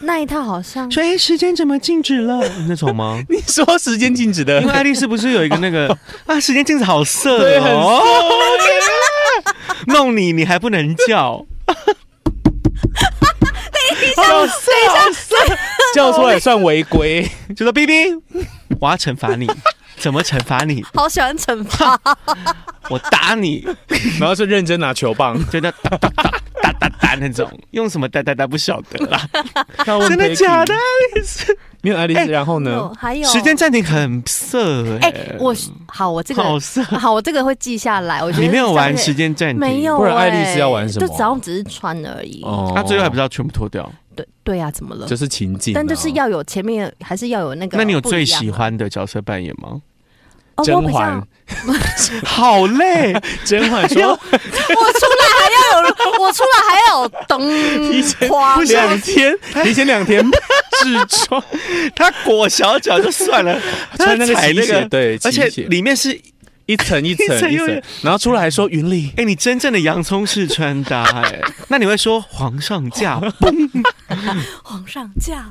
Speaker 3: 那一套好像
Speaker 1: 说哎、时间怎么静止了那种吗？
Speaker 2: 你说时间静止 的
Speaker 1: 因为爱丽丝不是有一个那 个啊，时间静止好色
Speaker 2: 对很色
Speaker 1: 哦， 弄你你还不能叫，
Speaker 2: 叫色叫出来算违规。
Speaker 1: 就说 B B，我要惩罚你，怎么惩罚你？
Speaker 3: 好喜欢惩罚，哦
Speaker 1: 我打你，
Speaker 2: 然后是认真拿球棒，
Speaker 1: 就那哒哒哒哒哒哒那种，用什么哒哒哒不晓得啦，
Speaker 2: 真
Speaker 1: 真的假 的？？爱丽丝，
Speaker 2: 没有爱丽
Speaker 1: 哎
Speaker 2: 丝，然后呢
Speaker 3: 有？还有
Speaker 1: 时间暂停很色哎、
Speaker 3: 哎、我好我这个
Speaker 1: 好色。
Speaker 3: 好我这个会记下来，我觉得
Speaker 1: 你没有玩时
Speaker 3: 间
Speaker 1: 间暂停，
Speaker 3: 没有、欸，
Speaker 2: 不然爱丽丝要玩什么
Speaker 3: 就早上只是穿而已。
Speaker 2: 哦
Speaker 1: 他啊最后还不知道全部脱掉。
Speaker 3: 对对啊，怎么了？
Speaker 2: 就是情境啊，
Speaker 3: 但就是要有前面还是要有那个不一样啊。
Speaker 1: 那你有最喜欢的角色扮演吗？
Speaker 3: 哦我
Speaker 2: 甄
Speaker 3: 比较
Speaker 2: 嬛，
Speaker 1: 好 累，
Speaker 2: 甄嬛说
Speaker 3: 我出来还要有，我出来还要有灯花，
Speaker 2: 两天，提前两天制装，
Speaker 1: 他裹小脚就算了，
Speaker 2: 穿那个
Speaker 1: 踩
Speaker 2: 皮
Speaker 1: 那
Speaker 2: 鞋，
Speaker 1: 个，
Speaker 2: 对，
Speaker 1: 而且
Speaker 2: 皮鞋
Speaker 1: 里面是
Speaker 2: 一层一层
Speaker 1: 一层
Speaker 2: 一
Speaker 1: 又
Speaker 2: 层，然后出来还说云里
Speaker 1: 哎、你真正的洋葱式穿搭哎、 那你会说皇上驾崩？
Speaker 3: 皇上驾。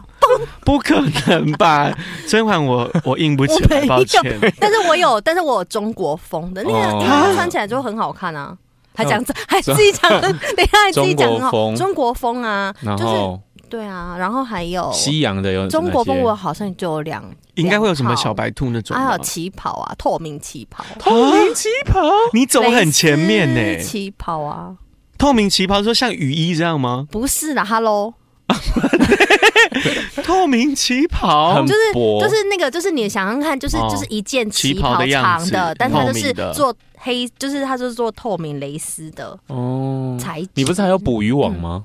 Speaker 1: 不可能吧？ 甄嬛我我硬不起
Speaker 3: 我没
Speaker 1: 来，
Speaker 3: 有
Speaker 1: 抱歉。
Speaker 3: 但是我有，但是我有中国风的那个，
Speaker 2: 哦
Speaker 3: 那个穿起来就很好看啊。还讲这，
Speaker 1: 哦
Speaker 3: 还自己讲，等一下还自己讲
Speaker 2: 中国
Speaker 3: 很好。
Speaker 2: 风
Speaker 3: 中国风啊，
Speaker 2: 然
Speaker 3: 就是
Speaker 2: 后
Speaker 3: 对啊，然后还有
Speaker 2: 西洋的有
Speaker 3: 中国风，我
Speaker 2: 哪些
Speaker 3: 好像就有两，
Speaker 1: 应该会有什么
Speaker 3: 两套
Speaker 1: 小，白兔那种
Speaker 3: 还
Speaker 1: 吧
Speaker 3: 有？旗袍啊，透明旗袍，
Speaker 1: 透明旗袍，你走很前面呢、
Speaker 3: 蕾丝旗袍啊，
Speaker 1: 透明旗袍说像雨衣这样 吗？
Speaker 3: 不是啦，Hello，
Speaker 1: 透明旗袍
Speaker 2: 很
Speaker 3: 就是
Speaker 2: 薄，
Speaker 3: 就是那个，就是你想想看，就是
Speaker 1: 哦
Speaker 3: 就是一件
Speaker 1: 旗袍
Speaker 3: 袍
Speaker 1: 的样
Speaker 3: 长
Speaker 1: 子
Speaker 3: 的，但它就
Speaker 1: 透
Speaker 3: 是
Speaker 1: 明的
Speaker 3: 做黑，就是它就是做透明蕾丝的
Speaker 2: 哦。
Speaker 3: 材质。
Speaker 2: 你不是还有捕鱼网吗？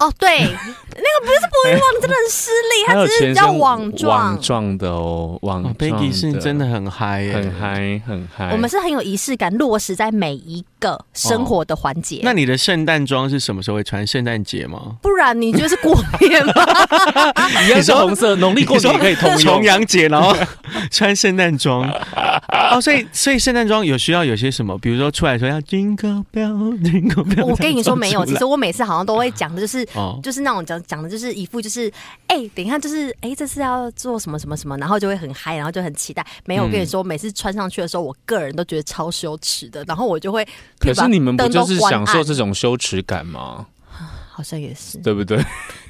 Speaker 3: 哦，对， 那个不是捕鱼网，真的很失礼，
Speaker 2: 还
Speaker 3: 它
Speaker 2: 有
Speaker 3: 只是
Speaker 2: 全
Speaker 3: 叫
Speaker 2: 身
Speaker 3: 网状
Speaker 2: 网。状的哦，网
Speaker 1: 哦
Speaker 2: 状的。
Speaker 1: ，Peggy 是真的很嗨、耶，
Speaker 2: 很。嗨，很嗨。
Speaker 3: 我们是很有仪式感，落实在每一个生活的环节。
Speaker 1: 那你的圣诞装是什么时候会穿？圣诞节 吗？
Speaker 3: 不然你觉得是过年吗？
Speaker 2: 一样是红色，农历过年也可以通
Speaker 1: 重
Speaker 2: 用。
Speaker 1: 阳节，然后
Speaker 2: 哦
Speaker 1: 穿圣诞装。哦，所以所以圣诞装有需要有些什么？比如说出来的时候要 Jingle Bell Jingle Bell。
Speaker 3: 我跟你说 没有，其
Speaker 1: 这样
Speaker 3: 实我每次好像都会讲的就是。
Speaker 1: 穿出来哦，
Speaker 3: 就是那种讲讲的，就是一副就是，哎、等一下，就是哎、这是要做什么什么什么，然后就会很嗨，然后就很期待。没有，我
Speaker 2: 嗯
Speaker 3: 跟你说，每次穿上去的时候，我个人都觉得超羞耻的，然后我就会。
Speaker 2: 可是你们不就是享受
Speaker 3: 这？
Speaker 2: 这种羞耻感吗？
Speaker 3: 好像也是，
Speaker 2: 对不对？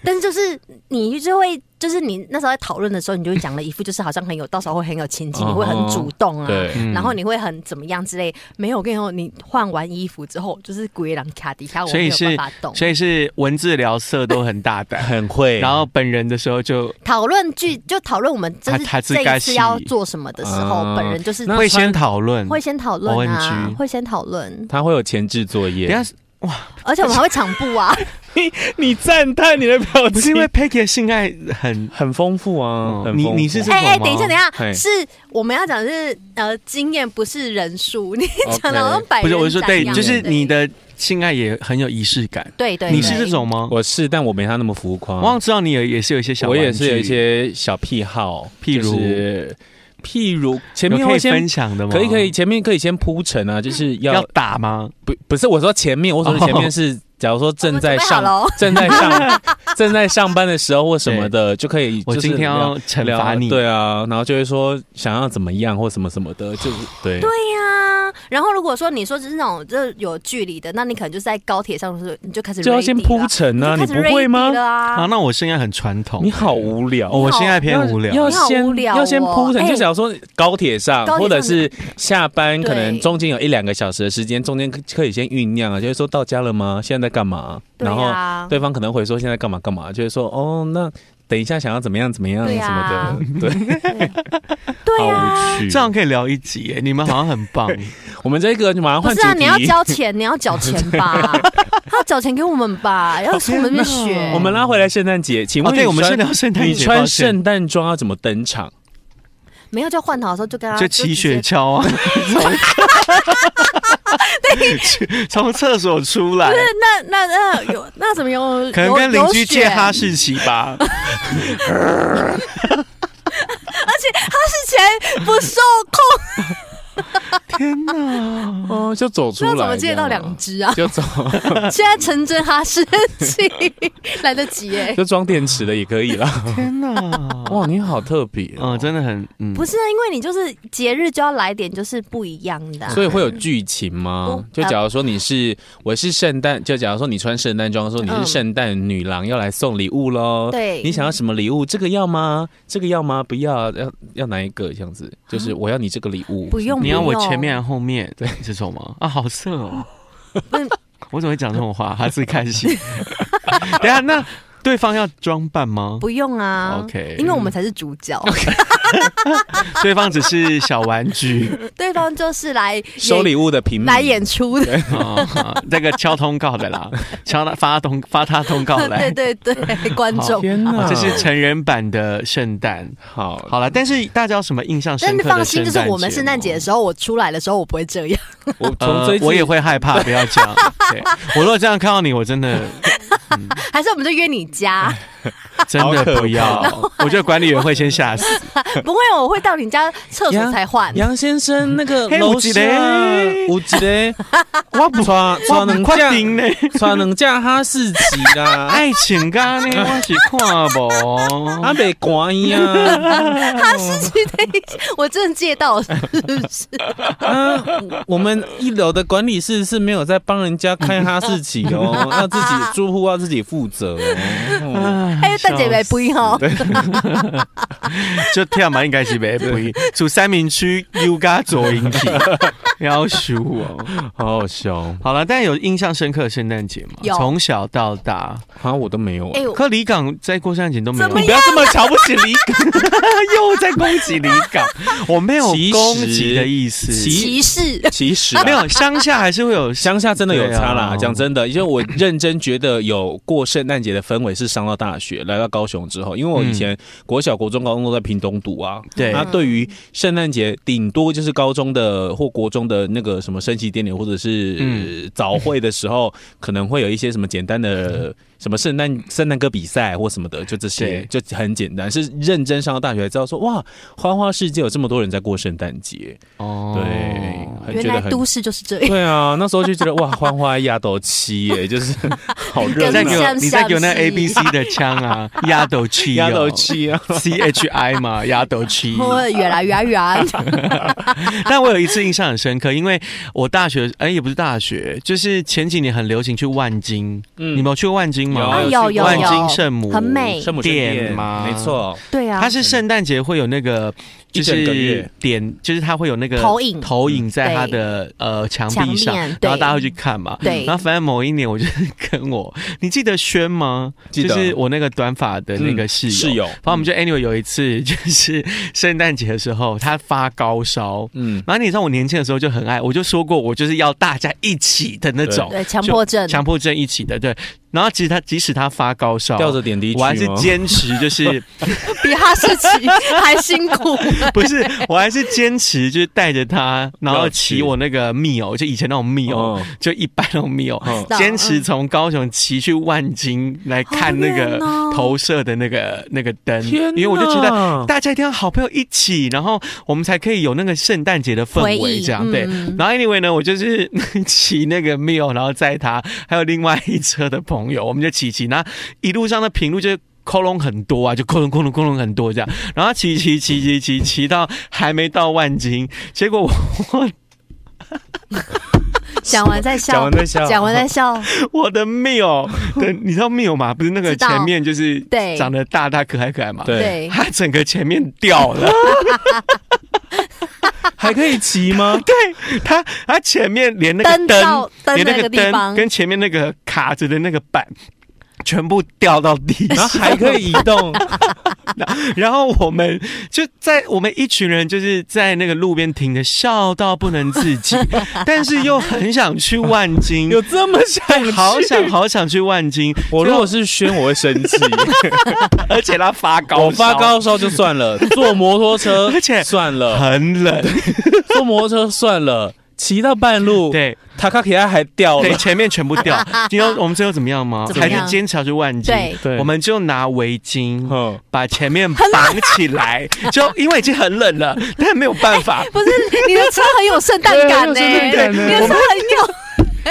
Speaker 3: 但是就是你就会，就是你那时候在讨论的时候，你就会讲了一副就是好像很有，到时候会很有情景，
Speaker 2: 嗯
Speaker 3: 你会很主动啊，
Speaker 2: 对，
Speaker 1: 嗯
Speaker 3: 然后你会很怎么样之类。没有，我跟你说，你换完衣服之后，就是鬼狼卡底下，我
Speaker 1: 所
Speaker 3: 没
Speaker 1: 以
Speaker 3: 有
Speaker 1: 是
Speaker 3: 办法动。
Speaker 1: 所以是文字聊色都很大 胆，
Speaker 2: 很会。
Speaker 1: 然后本人的时候就
Speaker 3: 讨论剧就讨论我们这
Speaker 1: 他他
Speaker 3: 是
Speaker 1: 自
Speaker 3: 这
Speaker 1: 该
Speaker 3: 一次
Speaker 1: 洗
Speaker 3: 要做什么的时候，
Speaker 2: 嗯
Speaker 3: 本人就是
Speaker 2: 那
Speaker 1: 会先讨论。
Speaker 3: 会先讨论啊
Speaker 1: OMG，
Speaker 3: 会先讨论，
Speaker 2: 他会有前置作业。
Speaker 1: 等一下
Speaker 3: 而且我们还会抢步啊，
Speaker 2: 你赞叹你的表
Speaker 1: 不是因为 Peggy 的性爱 很
Speaker 2: 很丰富啊
Speaker 1: 哦，
Speaker 2: 很丰富
Speaker 1: 你你是 这
Speaker 3: 哎哎、
Speaker 1: 种吗
Speaker 3: 等一下，等一下，
Speaker 2: 嘿
Speaker 3: 是我们要讲的是呃经验，不是人数。你
Speaker 2: OK
Speaker 3: 讲的好像百
Speaker 1: 不
Speaker 3: 人
Speaker 1: 是，我是说
Speaker 3: 斩一
Speaker 1: 对，
Speaker 3: 样
Speaker 1: 就是
Speaker 3: 对
Speaker 1: 你的性爱也很有仪式感。
Speaker 3: 对对，
Speaker 1: 你是
Speaker 3: 对
Speaker 1: 这种吗？
Speaker 2: 我是，但我没他那么浮
Speaker 1: 我
Speaker 2: 夸。
Speaker 1: 好像知道你也也是有一些小
Speaker 2: 我
Speaker 1: 玩具，
Speaker 2: 也是有一些小癖好，
Speaker 1: 譬如
Speaker 2: 就是譬如前
Speaker 1: 有
Speaker 2: 面
Speaker 1: 可
Speaker 2: 会
Speaker 1: 以分
Speaker 2: 先
Speaker 1: 享的吗？
Speaker 2: 可以可以，前面可以先铺陈啊，就是
Speaker 1: 要
Speaker 2: 要
Speaker 1: 打吗？
Speaker 2: 不不是我说前面，我说的前面是假如说正在
Speaker 3: 我们准备好
Speaker 2: 上
Speaker 3: 了哦
Speaker 2: 正在上 正在上班的时候或什么的，就可以就
Speaker 1: 我
Speaker 2: 是
Speaker 1: 今天要惩
Speaker 2: 聊
Speaker 1: 罚你，
Speaker 2: 对啊，然后就会说想要怎么样或什么什么的，就是对对
Speaker 3: 对呀、然后如果说你说就是那种就是有距离的，那你可能就是在高铁上，就是你就开始
Speaker 2: 就要先
Speaker 3: ready 了
Speaker 2: 铺陈
Speaker 3: 就
Speaker 2: 啊，你
Speaker 3: 开始
Speaker 2: 不会
Speaker 3: ready
Speaker 2: 吗？
Speaker 3: 了
Speaker 1: 啊，
Speaker 3: 啊，
Speaker 1: 那我现在很传统，
Speaker 2: 你好无聊，
Speaker 1: 哦，我现在偏无聊
Speaker 2: 要，
Speaker 3: 你好
Speaker 2: 先
Speaker 3: 无聊
Speaker 2: 要先
Speaker 3: 哦
Speaker 2: 铺陈，
Speaker 3: 哎
Speaker 2: 就假如说高铁上
Speaker 3: 高铁上
Speaker 2: 或者是下班，
Speaker 3: 对
Speaker 2: 可能中间有一两个小时的时间，中间可以先酝酿啊，就是说到家了吗？现在在干嘛？
Speaker 3: 对啊
Speaker 2: 然后
Speaker 3: 呀，
Speaker 2: 对方可能会说现在干嘛干嘛，就是说哦，那等一下想要怎么样怎么样
Speaker 3: 对
Speaker 2: 什
Speaker 3: 啊
Speaker 2: 么 的，对，好无
Speaker 3: 对啊呀，
Speaker 2: 趣。
Speaker 1: 这样可以聊一集耶，你们好像很棒，
Speaker 2: 我们这个马上
Speaker 3: 不
Speaker 2: 换
Speaker 3: 是
Speaker 2: 主
Speaker 3: 啊，
Speaker 2: 题，
Speaker 3: 你要交钱，你要缴钱吧， 他要缴钱给我们吧，要从我们那边学。
Speaker 2: 我们拉回来圣诞节，请
Speaker 1: 哦，
Speaker 2: 问你
Speaker 1: 对，我们
Speaker 2: 穿
Speaker 1: 是聊圣诞
Speaker 2: 你
Speaker 1: 节，
Speaker 2: 穿
Speaker 1: 抱歉
Speaker 2: 圣诞装要怎么登场？
Speaker 3: 没有就换头的时候就跟他
Speaker 1: 就骑
Speaker 3: 直
Speaker 1: 雪
Speaker 3: 接
Speaker 1: 橇啊， 从从厕所出来，
Speaker 3: 那那那有那怎么有？
Speaker 1: 可能跟邻居借哈
Speaker 3: 是
Speaker 1: 士奇 吧。
Speaker 3: 钱不受控，
Speaker 1: 天哪！
Speaker 2: 哦，就走出
Speaker 3: 那
Speaker 2: 来，
Speaker 3: 怎么借到
Speaker 2: 这样
Speaker 3: 两只啊？
Speaker 2: 就走，
Speaker 3: 现在成真哈 士奇来得及耶、
Speaker 2: 就装电池的也可以啦。
Speaker 1: 天哪！
Speaker 2: 哇，你好特别哦、
Speaker 1: 嗯，真的很嗯，
Speaker 3: 不是啊，因为你就是节日就要来点就是不一样的啊、
Speaker 2: 所以会有剧情
Speaker 1: 哦
Speaker 2: 吗？
Speaker 3: 不
Speaker 1: 呃
Speaker 2: 就假如说你是我是圣诞，就假如说你穿圣诞装，说你
Speaker 1: 嗯
Speaker 2: 是圣诞女郎，要来送礼物喽。
Speaker 3: 对
Speaker 2: 你想要什么礼物？这个要吗？这个要吗？不要，要要哪一个？这样子，就是
Speaker 1: 啊
Speaker 2: 我要你这个礼物。
Speaker 3: 不 用
Speaker 1: 你要
Speaker 3: 不
Speaker 1: 我
Speaker 3: 用
Speaker 1: 前面还是后面对这种吗？啊，好色 哦！ 我怎么会讲这种话？他自己开心。 等一下，那对方要装扮吗？
Speaker 3: 不用啊
Speaker 1: OK
Speaker 3: 因为我们才是主角，
Speaker 1: 对方只是小玩 具
Speaker 3: 对方就是来演
Speaker 2: 收礼物的平民
Speaker 3: 来演出的，
Speaker 1: 啊，那个敲通告的啦，敲他发通发他通告来
Speaker 3: 对。 对对，观众。
Speaker 2: 天
Speaker 1: 哦
Speaker 2: 哪，
Speaker 1: 这是成人版的圣诞，
Speaker 2: 好。
Speaker 1: 好了，但是大家有什么印象深
Speaker 3: 但
Speaker 1: 刻
Speaker 3: 是
Speaker 1: 的
Speaker 3: 放心，就是我们
Speaker 1: 节
Speaker 3: 圣诞
Speaker 1: 吗
Speaker 3: 节的时候，我出来的时候我不会这样。
Speaker 2: 我从
Speaker 1: 呃
Speaker 2: 这一，次
Speaker 1: 我也，会害怕，不要这 样。对我如果这样看到你，我真的
Speaker 3: 还是我们就约你家？
Speaker 1: 真的
Speaker 2: 好可怕
Speaker 1: 不要。我觉得管理员会先吓死。
Speaker 3: 不会，哦我会到你家厕所才换。
Speaker 2: 杨先生那个
Speaker 1: 嘿
Speaker 2: 楼
Speaker 1: 有一
Speaker 2: 下啊
Speaker 1: 个
Speaker 2: 有一个
Speaker 1: 我不
Speaker 2: 穿
Speaker 1: 我
Speaker 2: 穿
Speaker 1: 不
Speaker 2: 两
Speaker 1: 确
Speaker 2: 架
Speaker 1: 定呢，
Speaker 2: 穿两架哈士奇 啦，
Speaker 1: 爱情噶呢，我是看无。
Speaker 2: 啊，袂关伊啊！
Speaker 3: 哈
Speaker 1: 哦
Speaker 3: 士奇的意思，我真的借到了，是不 是？
Speaker 2: 啊，我们一楼的管理室是没有在帮人家开哈士奇哦，要自己住户要自己负责哦。
Speaker 3: 哎，大姐没不一哦，
Speaker 1: 就跳嘛，应该是袂肥。住三明区 U 加左引起，要死我。
Speaker 2: 嗯好好笑哦
Speaker 1: 好了，但有印象深刻的圣诞节吗？
Speaker 3: 有
Speaker 1: 从小到大，
Speaker 2: 啊，我都没有
Speaker 3: 哎，我
Speaker 1: 可离港在过圣诞节都没有。
Speaker 3: 怎么
Speaker 1: 你不要这么瞧不起离港， 又在攻击离港。我没有
Speaker 2: 其实
Speaker 1: 攻击的意思，
Speaker 2: 其
Speaker 3: 歧视。
Speaker 2: 其实啊
Speaker 1: 没
Speaker 2: 没有。
Speaker 1: 有乡下还是会有乡。
Speaker 2: 乡下真的有差
Speaker 1: 对啊
Speaker 2: 啦，讲真的，因为我认真觉得有过圣诞节的氛围是上到大学，来到高雄之后，因为我以前国小、国中、高中都在屏东读啊，
Speaker 1: 嗯对
Speaker 2: 那对于圣诞节，顶多就是高中的或国中的那个什么升旗典礼，或者是、
Speaker 1: 嗯
Speaker 2: 呃早会的时候， 可能会有一些什么简单
Speaker 1: 嗯
Speaker 2: 的什么圣诞圣诞歌比赛或什么的，就这些，就很简单。是认真上到大学才知道说，哇，花花世界有这么多人在过圣诞节，
Speaker 1: 哦
Speaker 2: 对，很
Speaker 3: 原
Speaker 2: 觉得
Speaker 3: 来
Speaker 2: 很
Speaker 3: 都市就是这样。
Speaker 2: 对啊，那时候就觉得哇，欢花压斗七耶，就是 好热
Speaker 1: 你再
Speaker 3: 跟
Speaker 1: 给
Speaker 2: 闹，
Speaker 1: 我，
Speaker 3: 像
Speaker 1: 你再给我那
Speaker 3: 像
Speaker 1: A B C 的枪啊，压斗气，
Speaker 2: 压斗七啊，
Speaker 1: C H I 嘛，压斗气。
Speaker 3: 我哦越来越远，
Speaker 1: 但我有一次印象很深刻，因为我大学，哎、也不是大学，就是前几年很流行去万金，
Speaker 2: 嗯
Speaker 1: 你们有去过万金吗？
Speaker 2: 有啊
Speaker 3: 有有啊
Speaker 1: 万金
Speaker 3: 有，
Speaker 1: 圣母
Speaker 3: 很美
Speaker 2: 圣母圣
Speaker 1: 殿
Speaker 2: 殿
Speaker 1: 吗？
Speaker 2: 没。错，
Speaker 3: 对啊，
Speaker 1: 它是圣诞节会有那个，就
Speaker 2: 一整个
Speaker 1: 是
Speaker 2: 月
Speaker 1: 点，就是它会有那个
Speaker 3: 投影
Speaker 1: 投影在它
Speaker 3: 对
Speaker 1: 的呃墙
Speaker 3: 墙
Speaker 1: 壁上，
Speaker 3: 面
Speaker 1: 然后大家会
Speaker 3: 对
Speaker 1: 去看嘛。
Speaker 3: 对
Speaker 1: 然后反正某一年，我就是跟我， 你记得轩吗？
Speaker 2: 记得
Speaker 1: 就是我那个短发的那个室友。
Speaker 2: 嗯室友，
Speaker 1: 然后我们就 anyway 有一次就是圣诞节的时候，他发高烧。
Speaker 2: 嗯，
Speaker 1: 然后你知道我年轻的时候就很爱，我就说过我就是要大家一起的那种
Speaker 3: 对强迫症，
Speaker 1: 强迫症一起的，对。然后其实他即使他发高烧，
Speaker 2: 吊着点滴去
Speaker 1: 我还是
Speaker 2: 吗
Speaker 1: 坚持就是
Speaker 3: 比哈士奇还辛苦。
Speaker 1: 不是，我还是坚持就是带着它，然后骑我那个密友，就以前那种密友
Speaker 2: 哦，
Speaker 1: 就一般那种密友
Speaker 2: 嗯，
Speaker 1: 坚持从高雄骑去万金来看那个
Speaker 3: 好远哦
Speaker 1: 投射的那个那个灯，
Speaker 2: 天
Speaker 1: 因为我就觉得
Speaker 2: 得
Speaker 1: 大家一定要好朋友一起，然后我们才可以有那个圣诞节的氛
Speaker 3: 回
Speaker 1: 围，
Speaker 3: 忆
Speaker 1: 这样对
Speaker 3: 嗯。
Speaker 1: 然后 anyway 呢，我就是 骑那个 Mio，然后载他，还有另外一车的朋友，我们就骑骑，那一路上的平路就。窟窿很多啊，就窟窿窟窿窟窿很多这样，然后骑骑骑骑骑骑到还没到万金，结果我
Speaker 3: 讲完再笑，
Speaker 2: 讲完再笑
Speaker 3: 讲完再笑，
Speaker 1: 我的 Mio 的，你知道 Mio 吗？不是那个
Speaker 3: 知道
Speaker 1: 前面就是
Speaker 3: 对
Speaker 1: 长得大大可爱可爱嘛，
Speaker 2: 对
Speaker 3: 对，
Speaker 1: 它整个前面掉了，
Speaker 2: 还可以骑吗？
Speaker 1: 对它它前面连那个
Speaker 3: 灯
Speaker 1: 灯
Speaker 3: 到灯
Speaker 1: 连那
Speaker 3: 那
Speaker 1: 个
Speaker 3: 个地
Speaker 1: 灯
Speaker 3: 方，
Speaker 1: 跟前面那个卡着的那个板。全部掉到地
Speaker 2: 然后
Speaker 1: 上，
Speaker 2: 还可以移动，
Speaker 1: 然后我们就在我们一群人就是在那个路边停着，笑到不能自 己，但是又很想去万金，
Speaker 2: 有这么想去？
Speaker 1: 好想好想去万金。
Speaker 2: 我如果是轩，我会生 气。
Speaker 1: 而且他发高烧，
Speaker 2: 我发高烧就算了，坐摩托车
Speaker 1: 而且
Speaker 2: 算了，
Speaker 1: 很冷，
Speaker 2: 坐摩托车算了，骑到半路，
Speaker 1: 对
Speaker 2: 塔卡奇埃还掉
Speaker 1: 对，
Speaker 2: 了。
Speaker 1: 前面全部 掉。今天我们最后怎么样吗？
Speaker 3: 怎么
Speaker 1: 还
Speaker 3: 样
Speaker 1: 是坚持要去万金？
Speaker 3: 对。
Speaker 2: 对
Speaker 1: 我们就拿围巾，
Speaker 2: 嗯，
Speaker 1: 把前面绑起来，就因为已经很冷了，但没有办法
Speaker 3: 不是你的车很有圣诞感呢、
Speaker 4: 对很有
Speaker 3: 你的
Speaker 4: 圣诞感呢
Speaker 3: 车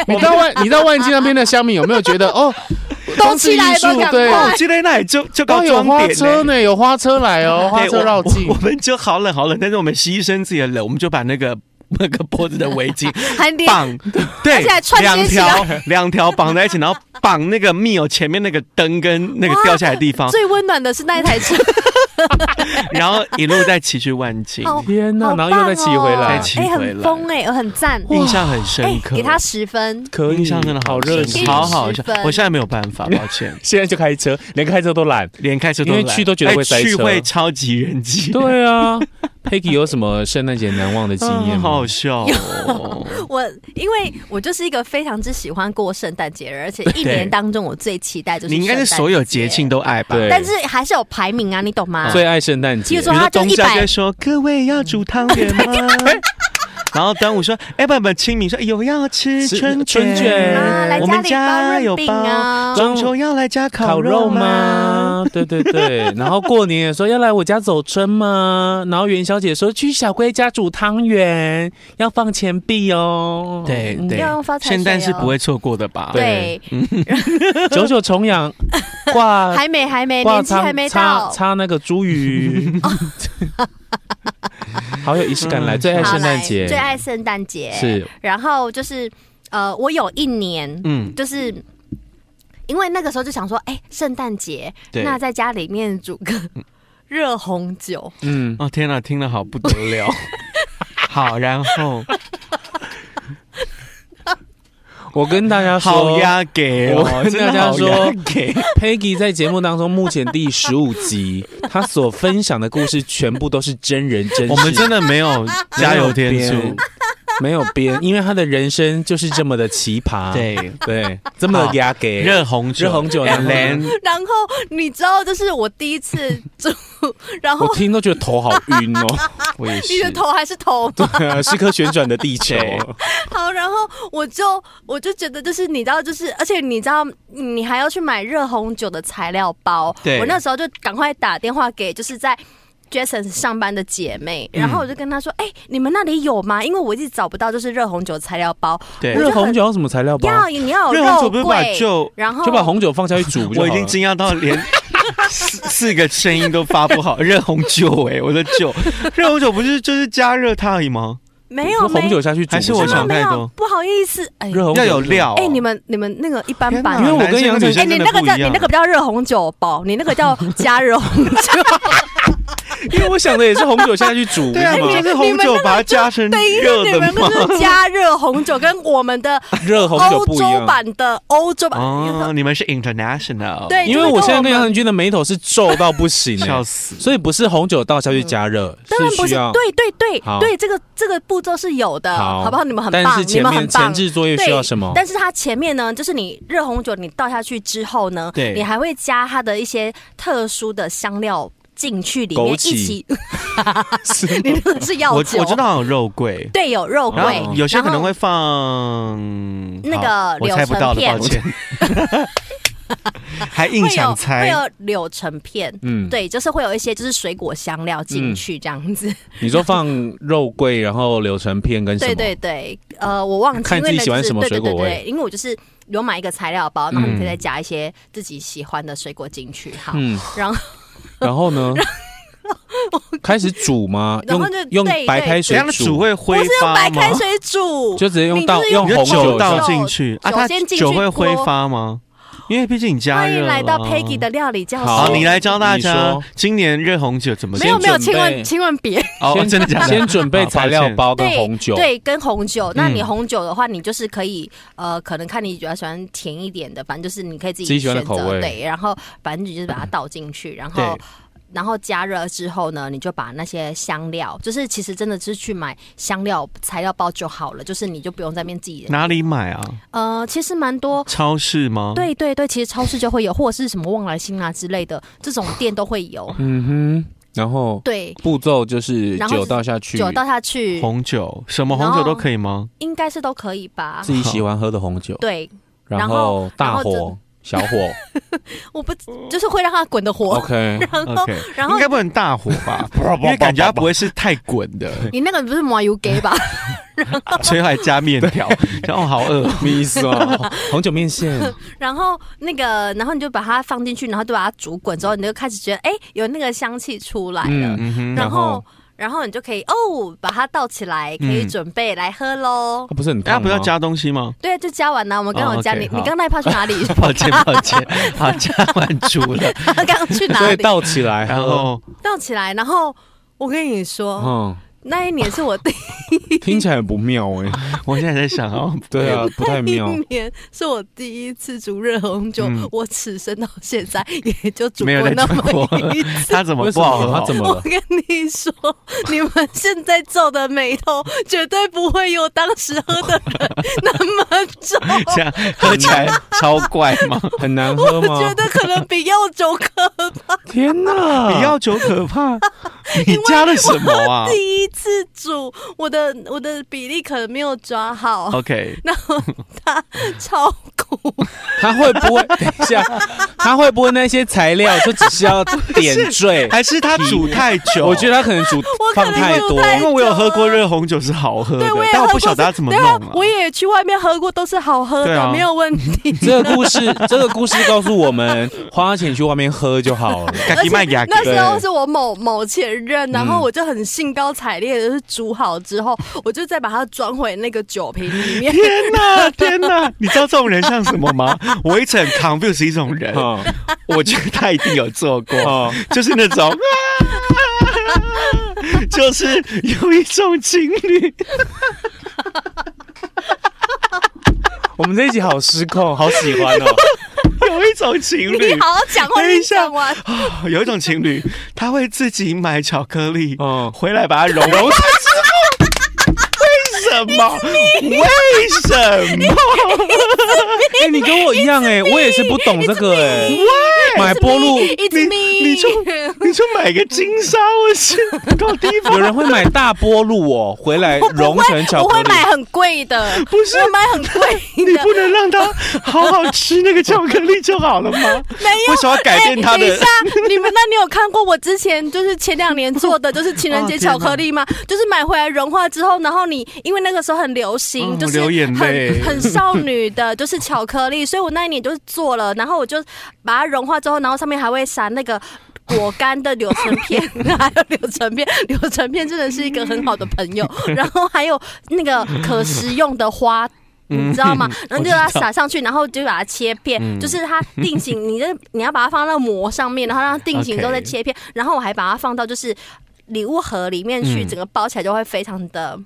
Speaker 3: 很
Speaker 4: 你到万你到万金那边的乡民有没有觉得哦，
Speaker 3: 有东西来
Speaker 4: 装
Speaker 3: 都
Speaker 4: 置艺
Speaker 3: 赶
Speaker 4: 术对
Speaker 1: 哦
Speaker 3: 快，，
Speaker 1: 今天那里就就
Speaker 4: 哦
Speaker 1: 高
Speaker 4: 有
Speaker 1: 装
Speaker 4: 花
Speaker 1: 点
Speaker 4: 车
Speaker 1: 呢。
Speaker 4: 呢，有花车来哦，花
Speaker 1: 对
Speaker 4: 车
Speaker 1: 我
Speaker 4: 绕境
Speaker 1: 我，我 们就好冷好冷，但是我们牺牲自己的冷，我们就把那个那个脖子的围巾
Speaker 3: 还连
Speaker 1: 绑，对
Speaker 3: 而且还，串
Speaker 1: 两
Speaker 3: 接起来
Speaker 1: 条两条绑在一起，然后绑那个密友前面那个灯跟那个掉下来的地方，
Speaker 3: 最温暖的是那一台车，
Speaker 1: 然后一路再骑去万金，
Speaker 3: 好
Speaker 2: 天
Speaker 3: 好
Speaker 2: 哪，
Speaker 3: 棒
Speaker 2: 然
Speaker 3: 哦
Speaker 2: 后又再骑回
Speaker 1: 再
Speaker 2: 来，
Speaker 1: 骑
Speaker 3: 哎、
Speaker 1: 回
Speaker 3: 很
Speaker 1: 来
Speaker 3: 疯哎、我很赞，
Speaker 1: 印象很深
Speaker 3: 哎、
Speaker 1: 刻。
Speaker 3: 给他十分，
Speaker 2: 可
Speaker 1: 印象真的
Speaker 2: 好
Speaker 1: 深
Speaker 2: 热
Speaker 1: 刻
Speaker 2: 情，，
Speaker 1: 嗯好好笑
Speaker 3: 十分。
Speaker 1: 我现在没有办法，抱歉
Speaker 2: 现在就开车，连开车都懒。
Speaker 1: 连开车都来
Speaker 2: 因为去都觉得会塞
Speaker 1: 哎去
Speaker 2: 车
Speaker 1: 会超级人挤，
Speaker 2: 对啊，Peggy 有什么圣诞节难忘的经验
Speaker 1: 啊好
Speaker 2: 吗
Speaker 1: 好？笑 哦。
Speaker 3: 我因为我就是一个非常之喜欢过圣诞节的人，而且一年当中我最期待就是
Speaker 1: 你应该是
Speaker 3: 圣诞
Speaker 1: 所有节庆，都爱吧？
Speaker 2: 对
Speaker 3: 但是还是有排名啊，你懂吗？
Speaker 2: 最爱圣诞节
Speaker 3: 记，
Speaker 1: 比
Speaker 3: 住
Speaker 1: 如
Speaker 3: 他
Speaker 1: 说
Speaker 3: 就
Speaker 1: 宗
Speaker 3: 一
Speaker 1: 教
Speaker 3: 百
Speaker 1: 就会说各位要煮汤圆吗？ 然后端午说，哎不不，清明说有要吃
Speaker 2: 吃
Speaker 1: 春
Speaker 2: 春卷
Speaker 3: 啊，来
Speaker 1: 嗯我们
Speaker 3: 家
Speaker 1: 家
Speaker 3: 里
Speaker 1: 有
Speaker 3: 包润饼啊，
Speaker 1: 中秋要来家
Speaker 2: 烤
Speaker 1: 肉
Speaker 2: 肉？吗？对对对，然后过年也说要来我家走春吗？然后元宵节说去小龟家煮汤圆，要放钱币哦。
Speaker 1: 对
Speaker 2: 嗯
Speaker 1: 对
Speaker 3: 要用发，财水哦
Speaker 1: 圣诞是不会错过的吧？
Speaker 3: 对，
Speaker 2: 嗯九九重阳 挂
Speaker 3: 还没还没，
Speaker 2: 挂
Speaker 3: 哎年纪
Speaker 2: 插
Speaker 3: 还没
Speaker 2: 插
Speaker 3: 到，
Speaker 2: 插那个茱萸，好有仪式
Speaker 1: 嗯
Speaker 2: 感来，最爱
Speaker 3: 好
Speaker 2: 圣诞节
Speaker 3: 来最爱圣诞节
Speaker 2: 是
Speaker 3: 然后就是呃，我有一年，
Speaker 1: 嗯，
Speaker 3: 就是。因为那个时候就想说，哎、圣诞节，
Speaker 1: 对
Speaker 3: 那在家里面煮个热红酒，
Speaker 2: 嗯，
Speaker 1: 哦天哪，听了好不得 了。好，然后
Speaker 2: 我跟大家说，
Speaker 1: 好压给哦，
Speaker 2: 我跟
Speaker 1: 真的
Speaker 2: 大家
Speaker 1: 好压
Speaker 2: 说
Speaker 1: 给
Speaker 2: Peggy 在节目当中目前第十五集， 她所分享的故事全部都是真人真事，
Speaker 1: 我们真的没有加油添 醋，
Speaker 2: 没有编，因为她的人生就是这么的奇葩，
Speaker 1: 对，
Speaker 2: 对，这么的压给
Speaker 1: 热红酒，
Speaker 2: 热红酒
Speaker 1: 然
Speaker 2: 然
Speaker 1: 后
Speaker 2: 后
Speaker 1: 连
Speaker 3: 然后你知道，就是我第一次煮，然后
Speaker 2: 我听都觉得头好晕 哦，
Speaker 1: 我也
Speaker 3: 你的
Speaker 1: 是。
Speaker 3: 头还是头吗？
Speaker 2: 对啊，是颗旋转的地球，
Speaker 1: 对
Speaker 3: 好，然后我就我就觉得，就是你知道，就是而且你知道，你还要去买热红酒的材料包。
Speaker 1: 对
Speaker 3: 我那时候就赶快打电话给，就是在。Jason 上班的姐妹，
Speaker 1: 嗯
Speaker 3: 然后我就跟她说：“哎、你们那里有吗？因为我一直找不到，就是热红酒材料包。
Speaker 1: 对，
Speaker 2: 热红酒要什么材料包？
Speaker 3: 要你要有
Speaker 1: 热红酒不是把
Speaker 3: 桂
Speaker 1: 就
Speaker 3: 然后
Speaker 2: 就把红酒放下去煮不就好
Speaker 1: 我
Speaker 2: 了，
Speaker 1: 已经惊讶到连 四四个声音都发不好。热红酒，哎，我的 酒，热红酒不是就是加热它而已吗？
Speaker 3: 没有
Speaker 2: 红酒下去煮不
Speaker 1: 还是
Speaker 2: 就好
Speaker 1: 我
Speaker 2: 了，
Speaker 1: 想
Speaker 3: 没
Speaker 1: 太
Speaker 3: 有
Speaker 1: 多，
Speaker 3: 不好意思，哎、
Speaker 2: 热红酒
Speaker 1: 要有料哦。
Speaker 3: 哎、你们你们那个一般般
Speaker 1: 天哪
Speaker 2: 因为我跟杨丞
Speaker 1: 男
Speaker 2: 琳
Speaker 1: 生
Speaker 3: 哎你
Speaker 1: 跟女
Speaker 3: 那
Speaker 1: 生真的
Speaker 3: 个叫
Speaker 1: 不一
Speaker 3: 你
Speaker 1: 样
Speaker 3: 那个不叫热红酒包，你那 个叫加热红酒。
Speaker 2: 因为我想的也是红酒下去煮，
Speaker 3: 哎
Speaker 1: 对啊，
Speaker 2: 是
Speaker 1: 不
Speaker 2: 吗
Speaker 1: 就是红酒把它加成
Speaker 3: 对，因
Speaker 1: 热
Speaker 3: 为你
Speaker 1: 的
Speaker 3: 们
Speaker 1: 吗？
Speaker 3: 就是加热红酒，跟我们的
Speaker 2: 热红酒
Speaker 3: 欧
Speaker 2: 不一
Speaker 3: 洲
Speaker 2: 样。
Speaker 3: 版的欧洲版，
Speaker 1: 哦，你们是 international，
Speaker 3: 对，
Speaker 2: 因为我现在跟杨
Speaker 3: 杨
Speaker 2: 丞，君的眉头是皱到不行、欸，
Speaker 1: 笑死。
Speaker 2: 所以不是红酒倒下去加热，
Speaker 3: 嗯当然不
Speaker 2: 需
Speaker 3: 是
Speaker 2: 要，
Speaker 3: 对对对
Speaker 2: 好
Speaker 3: 对，这个这个步骤是有的，
Speaker 2: 好
Speaker 3: 好不好？你们很
Speaker 2: 但
Speaker 3: 棒
Speaker 2: 是，
Speaker 3: 你
Speaker 2: 前
Speaker 3: 们
Speaker 2: 面
Speaker 3: 很棒
Speaker 2: 前。置作业需要什么？
Speaker 3: 但是它前面呢，就是你热红酒你倒下去之后呢
Speaker 1: 对，
Speaker 3: 你还会加它的一些特殊的香料进去里面一
Speaker 2: 枸杞
Speaker 3: 起， 你那个是药
Speaker 1: 我我
Speaker 3: 酒，
Speaker 1: 知道有肉桂，
Speaker 3: 对，有肉桂
Speaker 1: 然后，有些可
Speaker 3: 然
Speaker 1: 能
Speaker 3: 后
Speaker 1: 会放
Speaker 3: 那
Speaker 1: 好
Speaker 3: 个
Speaker 1: 我
Speaker 3: 柳
Speaker 1: 猜不到
Speaker 3: 橙
Speaker 1: 的，
Speaker 3: 片
Speaker 1: 抱歉， 还硬
Speaker 3: 会
Speaker 1: 想
Speaker 3: 有会
Speaker 1: 猜，
Speaker 3: 有柳橙片，
Speaker 2: 嗯，，
Speaker 3: 对，就是会有一些就是水果香料进去这样子，
Speaker 2: 你说放肉桂，然后柳橙片跟什么？
Speaker 3: 对对对，呃，我忘记，
Speaker 2: 看
Speaker 3: 因为
Speaker 2: 自己
Speaker 3: 那
Speaker 2: 喜欢
Speaker 3: 就是
Speaker 2: 什么
Speaker 3: 对
Speaker 2: 水果
Speaker 3: 对对
Speaker 2: 味
Speaker 3: 对，因为我就是有买一个材料包，然后你可以
Speaker 2: 嗯
Speaker 3: 再加一些自己喜欢的水果进去，好，
Speaker 2: 嗯，
Speaker 3: 然后
Speaker 2: 然后 呢？开始煮吗？
Speaker 3: 然
Speaker 2: 用
Speaker 3: 后就
Speaker 2: 用
Speaker 3: 对
Speaker 2: 白
Speaker 3: 对
Speaker 2: 开
Speaker 1: 怎
Speaker 2: 水
Speaker 1: 样的煮会挥
Speaker 3: 不是用
Speaker 1: 发
Speaker 3: 白开
Speaker 1: 吗？
Speaker 3: 水煮，
Speaker 2: 就直接用
Speaker 3: 你
Speaker 2: 倒
Speaker 3: 就是
Speaker 2: 用
Speaker 3: 用
Speaker 1: 你
Speaker 2: 红
Speaker 1: 的
Speaker 3: 红
Speaker 1: 酒
Speaker 3: 酒
Speaker 1: 倒
Speaker 3: 酒
Speaker 1: 进去啊，
Speaker 3: 酒
Speaker 1: 它
Speaker 3: 先进
Speaker 1: 酒
Speaker 3: 去
Speaker 1: 会挥
Speaker 3: 锅
Speaker 1: 发吗？因为毕竟你加
Speaker 3: 欢
Speaker 1: 热
Speaker 3: 迎
Speaker 1: 了
Speaker 3: 来到
Speaker 1: 啊
Speaker 3: Peggy 的料理教
Speaker 2: 好
Speaker 1: 好，
Speaker 3: 室。
Speaker 1: 你来教大
Speaker 2: 你
Speaker 1: 家
Speaker 2: 说
Speaker 1: 今年热红酒怎么
Speaker 3: 没有
Speaker 2: 先
Speaker 3: 没有，
Speaker 2: 准
Speaker 3: 千
Speaker 2: 备
Speaker 3: 万千万别
Speaker 1: 哦，
Speaker 2: 先
Speaker 1: 真的假的？
Speaker 2: 先准备
Speaker 1: 好
Speaker 2: 材料，包跟
Speaker 3: 对
Speaker 2: 红酒，
Speaker 3: 对，跟红酒。那你
Speaker 2: 嗯
Speaker 3: 红酒的话，你就是可以呃，可能看你比较喜欢甜一点的，反正就是你可以自
Speaker 2: 自己
Speaker 3: 己
Speaker 2: 喜欢的
Speaker 3: 选择
Speaker 2: 口味
Speaker 3: 对，然后反正你就是把它倒进去，然
Speaker 1: 对
Speaker 3: 后。然后加热之后呢，你就把那些香料，就是其实真的是去买香料材料包就好了，就是你就不用在面自己。
Speaker 1: 哪里买啊？
Speaker 3: 呃，其实蛮多，
Speaker 1: 超市吗？，
Speaker 3: 对对对，其实超市就会有，或者是什么旺来星啊之类的这种店都会有。
Speaker 2: 嗯哼，然后
Speaker 3: 对，
Speaker 2: 步骤就是
Speaker 3: 然后
Speaker 2: 酒
Speaker 3: 是
Speaker 2: 倒下去，
Speaker 3: 酒倒下去
Speaker 1: 红酒什么红酒都可以吗？
Speaker 3: 应该是都可以吧
Speaker 2: 自？己喜欢喝的红酒，
Speaker 3: 对，
Speaker 2: 然
Speaker 3: 然
Speaker 2: 后
Speaker 3: 后
Speaker 2: 大
Speaker 3: 然后
Speaker 2: 火、小火
Speaker 3: 我不就是会让它滚的火。
Speaker 2: 哦 ，OK，
Speaker 3: 然后
Speaker 1: OK，
Speaker 3: 然
Speaker 1: 应
Speaker 3: 后
Speaker 1: 该不能大火吧？因为感觉它不会是太滚的，
Speaker 3: 你那个不是麻油给吧？
Speaker 1: 所以还加面条，然后好饿。
Speaker 2: 没意思 哦，红酒面线，
Speaker 3: 然后那个，然后你就把它放进去，然后就把它煮滚之后，你就开始觉得哎、有那个香气出来了。
Speaker 2: 嗯，
Speaker 1: 嗯
Speaker 3: 然
Speaker 2: 然后
Speaker 3: 后，然后你就可以哦，把它倒起来，可以
Speaker 1: 嗯
Speaker 3: 准备来喝喽。
Speaker 2: 它不是很
Speaker 1: 哼，大家
Speaker 2: 啊烫
Speaker 1: 不要
Speaker 2: 吗？
Speaker 1: 加东西吗？
Speaker 3: 对，啊就加完了。我们
Speaker 1: 嗯
Speaker 3: 刚
Speaker 1: 哦
Speaker 3: 刚有加
Speaker 1: OK，
Speaker 3: 你，
Speaker 1: 好
Speaker 3: 你刚刚那一趴去哪里？
Speaker 1: 抱歉，抱歉，好，加完煮了，
Speaker 3: 刚刚去哪
Speaker 2: 所以
Speaker 3: 里？
Speaker 2: 倒起来，
Speaker 1: 然后
Speaker 3: 倒起来，然后我跟你
Speaker 1: 哦
Speaker 3: 说，
Speaker 2: 嗯，
Speaker 3: 那一年是我第
Speaker 2: 听起来很不妙 哎，
Speaker 1: 我现在在想哦，
Speaker 2: 对啊，不太
Speaker 3: 一
Speaker 2: 妙，
Speaker 3: 年是我第一次煮热红酒
Speaker 1: 嗯，
Speaker 3: 我此生到现在也就煮
Speaker 1: 没有
Speaker 3: 过
Speaker 1: 再
Speaker 3: 那
Speaker 1: 煮过
Speaker 3: 么一次。
Speaker 1: 它怎么
Speaker 2: 为什
Speaker 1: 不好
Speaker 2: 么
Speaker 1: 喝？
Speaker 2: 它怎么
Speaker 3: 我
Speaker 2: 了？
Speaker 3: 跟你说， 你们现在皱的眉头绝对不会有当时喝的人那么 皱，
Speaker 1: 这样喝起 来超怪吗？
Speaker 2: 很难喝吗？
Speaker 3: 觉得可能比药酒可
Speaker 2: 天哪，
Speaker 1: 比药酒可怕， 你加了什么啊
Speaker 3: 第一次煮，我的我的比例可能没有抓好，
Speaker 1: ？OK，
Speaker 3: 然后它 超苦，
Speaker 2: 他会不会 等一下？他会不会那些材料就只是要点 缀？
Speaker 1: 还是他煮太久？
Speaker 2: 我觉得他可能煮
Speaker 3: 我
Speaker 2: 放
Speaker 3: 可能
Speaker 2: 太
Speaker 3: 煮
Speaker 2: 多，
Speaker 3: 太
Speaker 1: 因为我有喝过热红酒是好喝的
Speaker 3: 对我也，
Speaker 1: 但我
Speaker 3: 喝
Speaker 1: 不
Speaker 3: 过
Speaker 1: 晓得它怎么
Speaker 3: 对
Speaker 1: 弄
Speaker 3: 啊
Speaker 1: 啊，。
Speaker 3: 我也去外面喝过，都是好喝
Speaker 1: 对
Speaker 3: 的，
Speaker 1: 啊
Speaker 3: 没有问 题。
Speaker 2: 这个故事，这个故事告诉我们，花钱去外面喝就好了。
Speaker 1: 自己卖牙膏
Speaker 3: 那时候
Speaker 2: 对
Speaker 3: 是我某某前任，然后
Speaker 2: 嗯
Speaker 3: 我就很兴高采烈的，就是煮好之后，我就再把它装回那个酒瓶 里面。
Speaker 1: 天哪，天哪！你知道这种人像什么吗？我一直很 confuse 一种人，
Speaker 2: 嗯
Speaker 1: 我觉得他一定有做过，
Speaker 2: 嗯，
Speaker 1: 就是那种，啊就是有一种情侣，
Speaker 2: 我们这一集好失控，好喜欢哦。
Speaker 1: 有一种情
Speaker 3: 你
Speaker 1: 侣，
Speaker 3: 好好讲话，
Speaker 1: 等一
Speaker 3: 你
Speaker 1: 下
Speaker 3: 讲完。
Speaker 1: 啊有一种情侣，他会自己买巧克力
Speaker 2: 嗯，
Speaker 1: 回来把它融融成之后，为什么？为什么？
Speaker 2: 哎，你跟我一样 哎，我也是不懂这个哎。买菠萝，
Speaker 1: 你
Speaker 3: It's me，
Speaker 1: 你就 你就买个金沙，我去搞地方
Speaker 2: 有。人会买大菠萝哦，回来
Speaker 3: 我不
Speaker 2: 融成
Speaker 3: 会，
Speaker 2: 巧
Speaker 3: 我
Speaker 2: 克
Speaker 3: 会
Speaker 2: 力。
Speaker 3: 买很贵的，
Speaker 1: 不是
Speaker 3: 我买很贵
Speaker 1: 你
Speaker 3: 的
Speaker 1: 不。能让他好好吃那个巧克力就好了吗？
Speaker 3: 没有，
Speaker 1: 为什么要改变他的
Speaker 3: 哎等一下，你们那你有看过我之前就是前两年做的，就是情人节巧克力
Speaker 1: 哦
Speaker 3: 吗？就是买回来融化之后，然后你因为那个时候很流行，
Speaker 1: 嗯
Speaker 3: 就是
Speaker 1: 流眼
Speaker 3: 很
Speaker 1: 泪
Speaker 3: 很少女的，就是巧克力，所以我那一年就是做了，然后我就把它融化之后，然后上面还会撒那个。果干的柳橙片， 还有柳橙片， 柳橙片真的是一个很好的朋友。然后还有那个可食用的花你知道吗？然后就把它撒上去，然后就把它切片，就是它定型，你这你要把它放到膜上面，然后让它定型之后
Speaker 1: OK
Speaker 3: 再切片，然后我还把它放到就是礼物盒里面去，
Speaker 1: 嗯
Speaker 3: 整个包起来就会非常的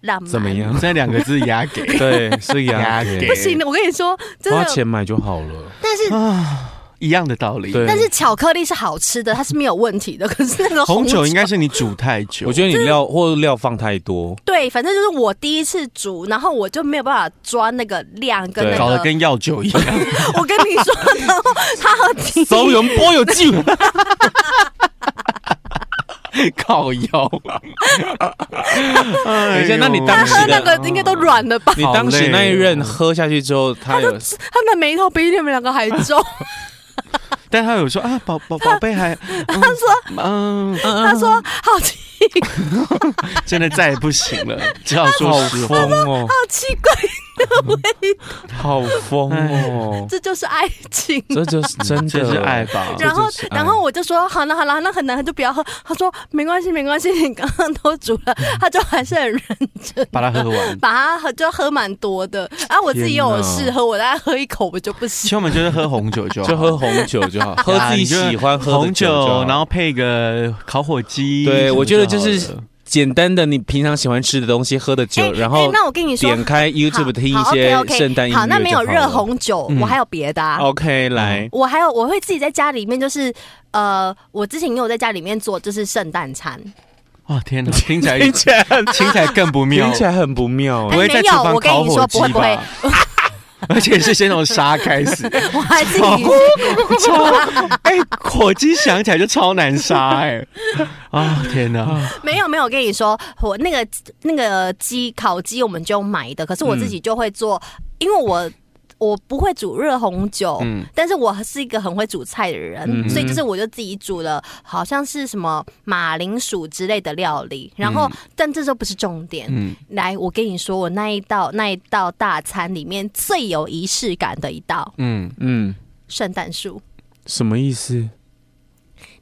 Speaker 3: 浪漫。
Speaker 2: 怎么？样？
Speaker 1: 这两个字压给
Speaker 2: 对，是牙
Speaker 1: 牙
Speaker 2: 给
Speaker 1: 给
Speaker 3: 不行，我跟你说，真
Speaker 2: 花
Speaker 3: 的。
Speaker 2: 钱买就好了。
Speaker 3: 但 是
Speaker 1: 啊，一样的道理。
Speaker 2: 对
Speaker 3: 但是巧克力是好吃的，它是没有问题的。可是那个
Speaker 1: 红
Speaker 3: 酒
Speaker 1: 酒应该是你煮太久，
Speaker 2: 我觉得你料或料放太多，
Speaker 3: 对，反正就是我第一次煮，然后我就没有办法抓那个量跟
Speaker 2: 对
Speaker 3: 那
Speaker 1: 搞得
Speaker 3: 个。
Speaker 1: 跟药酒一样。
Speaker 3: 我跟你说，然后他喝第一
Speaker 2: 手有波有劲。
Speaker 1: 靠腰。
Speaker 2: 等
Speaker 1: 等哎
Speaker 2: 一下那你当时
Speaker 3: 喝那
Speaker 2: 的
Speaker 3: 个应该都软了吧？
Speaker 2: 你当时那一任
Speaker 1: 好累哦
Speaker 2: 喝下去之后，他有
Speaker 3: 他的眉头比你们两个还 重。
Speaker 1: 但他有说啊，宝宝宝贝还，他说，嗯，
Speaker 3: 他说好奇
Speaker 1: 真的再也不行了，只好
Speaker 2: 好
Speaker 1: 说实话。
Speaker 2: 疯哦，
Speaker 3: 好奇 怪，
Speaker 2: 好疯哦，
Speaker 3: 这就是爱情。
Speaker 2: 这就是真
Speaker 1: 这
Speaker 2: 的
Speaker 1: 哎是爱吧
Speaker 3: 然后
Speaker 2: 这就是，爱
Speaker 3: 然后我就说好了好了，那很难喝就不要喝。他说没关系没关系，你刚刚都煮了，
Speaker 2: 嗯
Speaker 3: 他就还是很认真。
Speaker 1: 把它喝完。
Speaker 3: 把它喝就喝蛮多的，啊，我自己也有试喝，我大概喝一口我就不
Speaker 1: 其
Speaker 3: 行。
Speaker 1: 实我们就是喝红酒就好
Speaker 2: 就喝红酒就 好，喝自己喜欢喝的
Speaker 1: 红
Speaker 2: 酒就好
Speaker 1: 酒，然后配个烤火鸡。
Speaker 2: 对
Speaker 1: 什么
Speaker 2: 我觉得
Speaker 1: 好
Speaker 2: 就是
Speaker 1: 了
Speaker 2: 简单的你平常喜欢吃的东西、喝的
Speaker 3: 哎
Speaker 2: 酒，然
Speaker 3: 哎
Speaker 2: 后
Speaker 3: 那我跟你说，
Speaker 2: 点开 YouTube 听一
Speaker 3: 好
Speaker 2: 些
Speaker 3: OK，OK，
Speaker 2: 圣诞音乐
Speaker 3: 好，那没有
Speaker 2: 就好
Speaker 3: 热
Speaker 2: 了。哦
Speaker 3: 红酒，
Speaker 1: 嗯
Speaker 3: 我还有别的啊。
Speaker 2: OK，来，
Speaker 3: 我还有我会自己在家里面，就是呃，我之前也有在家里面做，就是圣诞餐。
Speaker 1: 哇 天哪，听起来
Speaker 2: 听起来很
Speaker 1: 听起来更不妙
Speaker 2: 听，起来很不妙
Speaker 1: 哦
Speaker 2: 欸
Speaker 1: 不。会在
Speaker 3: 没
Speaker 1: 厨
Speaker 3: 有
Speaker 1: 房
Speaker 3: 我跟
Speaker 1: 烤
Speaker 3: 你
Speaker 1: 火
Speaker 3: 说不会
Speaker 1: 鸡
Speaker 3: 不会
Speaker 1: 吧？ 而且是先从沙开 始，
Speaker 3: 我还自己
Speaker 1: 哦超 哎，火鸡想起来就超难杀哎啊天哪！
Speaker 3: 没有没有，我跟你说，我那个那个鸡烤鸡我们就买的，可是我自己
Speaker 1: 嗯
Speaker 3: 就会做，因为我。我不会煮热红酒，
Speaker 1: 嗯
Speaker 3: 但是我是一个很会煮菜的人，
Speaker 2: 嗯
Speaker 3: 所以就是我就自己煮了，好像是什么马铃薯之类的料理，然后、但这都不是重点。
Speaker 1: 嗯，
Speaker 3: 来，我跟你说，我那一道那一道大餐里面最有仪式感的一道
Speaker 1: 嗯，
Speaker 3: 哎
Speaker 2: 嗯，
Speaker 3: 圣诞树，
Speaker 2: 什么意思？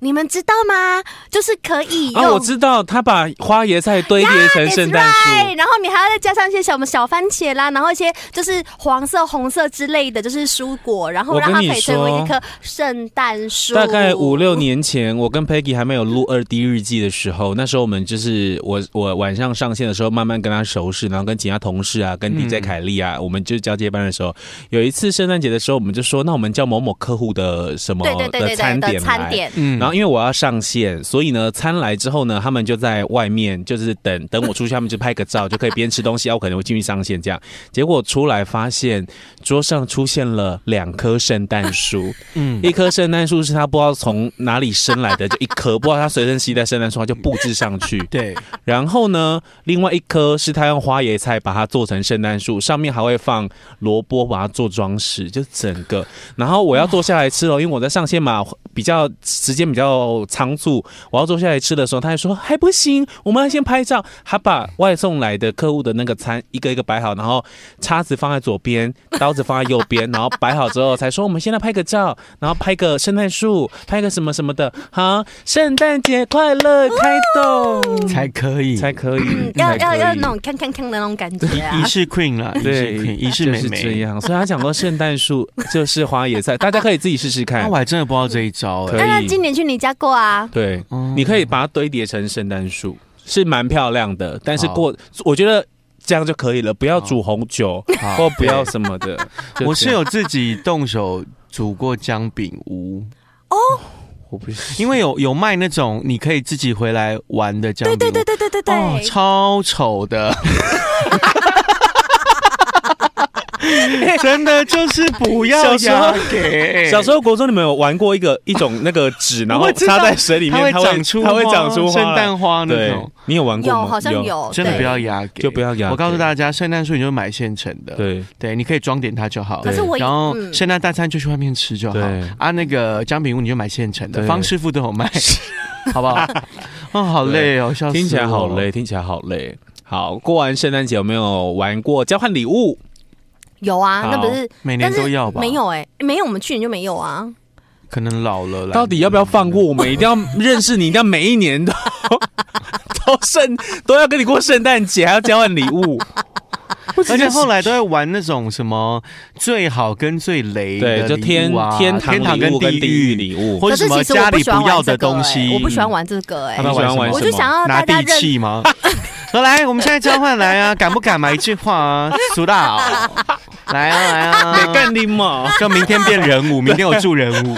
Speaker 3: 你们知道吗？就是可以用、
Speaker 2: 啊，我知道，他把花椰菜堆叠成圣诞
Speaker 3: Right，
Speaker 2: 树，
Speaker 3: 然后你还要再加上一些什么小番茄啦，然后一些就是黄色、红色之类的，就是蔬果，然后
Speaker 2: 我跟
Speaker 3: 让
Speaker 2: 你
Speaker 3: 它可以成为
Speaker 2: 说
Speaker 3: 一棵圣诞树。
Speaker 2: 大概五六年前，我跟 Peggy 还没有录二 D 日记的时候，那时候我们就是我我晚上上线的时候，慢慢跟他熟识，然后跟其他同事啊，跟
Speaker 1: 嗯
Speaker 2: DJ 凯莉啊，我们就交接班的时候，有一次圣诞节的时候，我们就说，那我们叫某某客户的什么
Speaker 3: 对对对对
Speaker 2: 的餐
Speaker 3: 对
Speaker 2: 点
Speaker 3: 的餐
Speaker 2: 来。
Speaker 3: 点，
Speaker 1: 嗯
Speaker 2: 然后因为我要上线，所以呢，餐来之后呢，他们就在外面，就是等等我出去，他们就拍个照，就可以边吃东西，然后我可能会进去上线这样。结果出来发现桌上出现了两棵圣诞树，
Speaker 1: 嗯
Speaker 2: 一棵圣诞树是他不知道从哪里生来的，就一棵，不知道他随身携带圣诞树，他就布置上去。
Speaker 1: 对，
Speaker 2: 然后呢，另外一棵是他用花椰菜把它做成圣诞树，上面还会放萝卜把它做装饰，就整个。然后我要坐下来吃了，因为我在上线嘛，比较时间比较仓促，我要坐下来吃的时候，他还说还不行，我们要先拍照。他把外送来的客户的那个餐一个一个摆好，然后叉子放在左边，刀子放在右边，然后摆好之后才说我们现在拍个照，然后拍个圣诞树，拍个什么什么的。好，圣诞节快乐，开动。
Speaker 1: 才可以，
Speaker 2: 才可以，
Speaker 3: 嗯，要
Speaker 2: 才可
Speaker 3: 要
Speaker 2: 以
Speaker 3: 要那种锵锵锵的那种感觉啊
Speaker 1: 仪！式 queen 啦，仪
Speaker 2: 对
Speaker 1: 式 queen，仪式美
Speaker 2: 就是这
Speaker 1: 眉。
Speaker 2: 样。所以他讲过圣诞树就是花椰菜，大家可以自己试试
Speaker 1: 那
Speaker 2: 看
Speaker 1: 啊我。还真的不知道这一招
Speaker 2: 可
Speaker 1: 哎
Speaker 2: 以
Speaker 3: 那那今年去你家过啊？
Speaker 2: 对，
Speaker 1: 嗯
Speaker 2: 你可以把它堆叠成圣诞树，是蛮漂亮的。但是
Speaker 1: 好
Speaker 2: 过，我觉得这样就可以了，不要煮红酒
Speaker 1: 好
Speaker 2: 或不要什么的。就这样
Speaker 1: 我是有自己动手煮过姜饼屋，
Speaker 3: 哦
Speaker 2: 我不是
Speaker 1: 因为有有卖那种你可以自己回来玩的姜饼
Speaker 3: 对
Speaker 1: 屋，
Speaker 3: 对对对对对对，
Speaker 1: 哦，超丑 的。真的就是不要
Speaker 2: 小时候
Speaker 1: 压给
Speaker 2: 小时候国中你们有玩过一个一种那个纸，然 后
Speaker 1: 我知道
Speaker 2: 插在水里面，
Speaker 1: 它会
Speaker 2: 它
Speaker 1: 长出
Speaker 2: 它会
Speaker 1: 花
Speaker 2: 长出花
Speaker 1: 圣
Speaker 2: 来
Speaker 1: 诞花那
Speaker 2: 对
Speaker 1: 种，，
Speaker 2: 你有玩过吗？
Speaker 3: 有好像，有，
Speaker 1: 真的
Speaker 3: 对
Speaker 1: 不要。压给，
Speaker 2: 就不要养。
Speaker 1: 我告诉大家，圣诞树你就买现成的，
Speaker 2: 对
Speaker 1: 对，你可以装点它就好。
Speaker 3: 可是我
Speaker 1: 然后
Speaker 3: 嗯
Speaker 1: 圣诞大餐就去外面吃就好
Speaker 2: 对
Speaker 1: 啊。那个姜饼屋你就买现成的，
Speaker 2: 对
Speaker 1: 方师傅都有卖， 好不 好？哦，好累哦，笑死！
Speaker 2: 听起来好累，。听起来好累。好，过完圣诞节有没有玩过交换礼物？
Speaker 3: 有啊，那不是
Speaker 1: 每
Speaker 3: 但
Speaker 1: 年
Speaker 3: 是
Speaker 1: 都要吧？
Speaker 3: 没，有哎，没有，我们去年就没有啊。
Speaker 1: 可能老了。
Speaker 2: 到底要不要放过？
Speaker 1: 懒
Speaker 2: 我们一定要认识你，一定要每一年都 都圣都要跟你过圣诞节，还要交换礼 物。
Speaker 1: 得？而且后来都会玩那种什么最好跟最雷
Speaker 2: 对，
Speaker 1: 的
Speaker 2: 就天
Speaker 1: 礼物啊
Speaker 2: 天堂
Speaker 1: 天堂
Speaker 2: 礼物跟
Speaker 1: 地
Speaker 2: 地狱礼物，
Speaker 1: 或
Speaker 3: 可
Speaker 1: 者
Speaker 3: 是
Speaker 1: 什么
Speaker 3: 其实我
Speaker 1: 家
Speaker 3: 不
Speaker 1: 里
Speaker 3: 喜欢
Speaker 1: 不要
Speaker 3: 玩这
Speaker 1: 的
Speaker 3: 个
Speaker 1: 东
Speaker 3: 哎，
Speaker 1: 西，
Speaker 3: 我不喜欢玩这个哎
Speaker 2: 他。们
Speaker 1: 喜欢玩
Speaker 3: 我
Speaker 1: 什
Speaker 3: 就
Speaker 1: 么？
Speaker 2: 么
Speaker 3: 想要
Speaker 1: 拿
Speaker 3: 哦大
Speaker 1: 地
Speaker 3: 家认
Speaker 1: 契吗？说来，我们现在交换来 啊，敢不敢嘛？一句话啊，苏大哦，来啊来
Speaker 2: 得
Speaker 1: 啊，
Speaker 2: 哎干你 嘛？
Speaker 1: 就明天变人物，明天我住人物，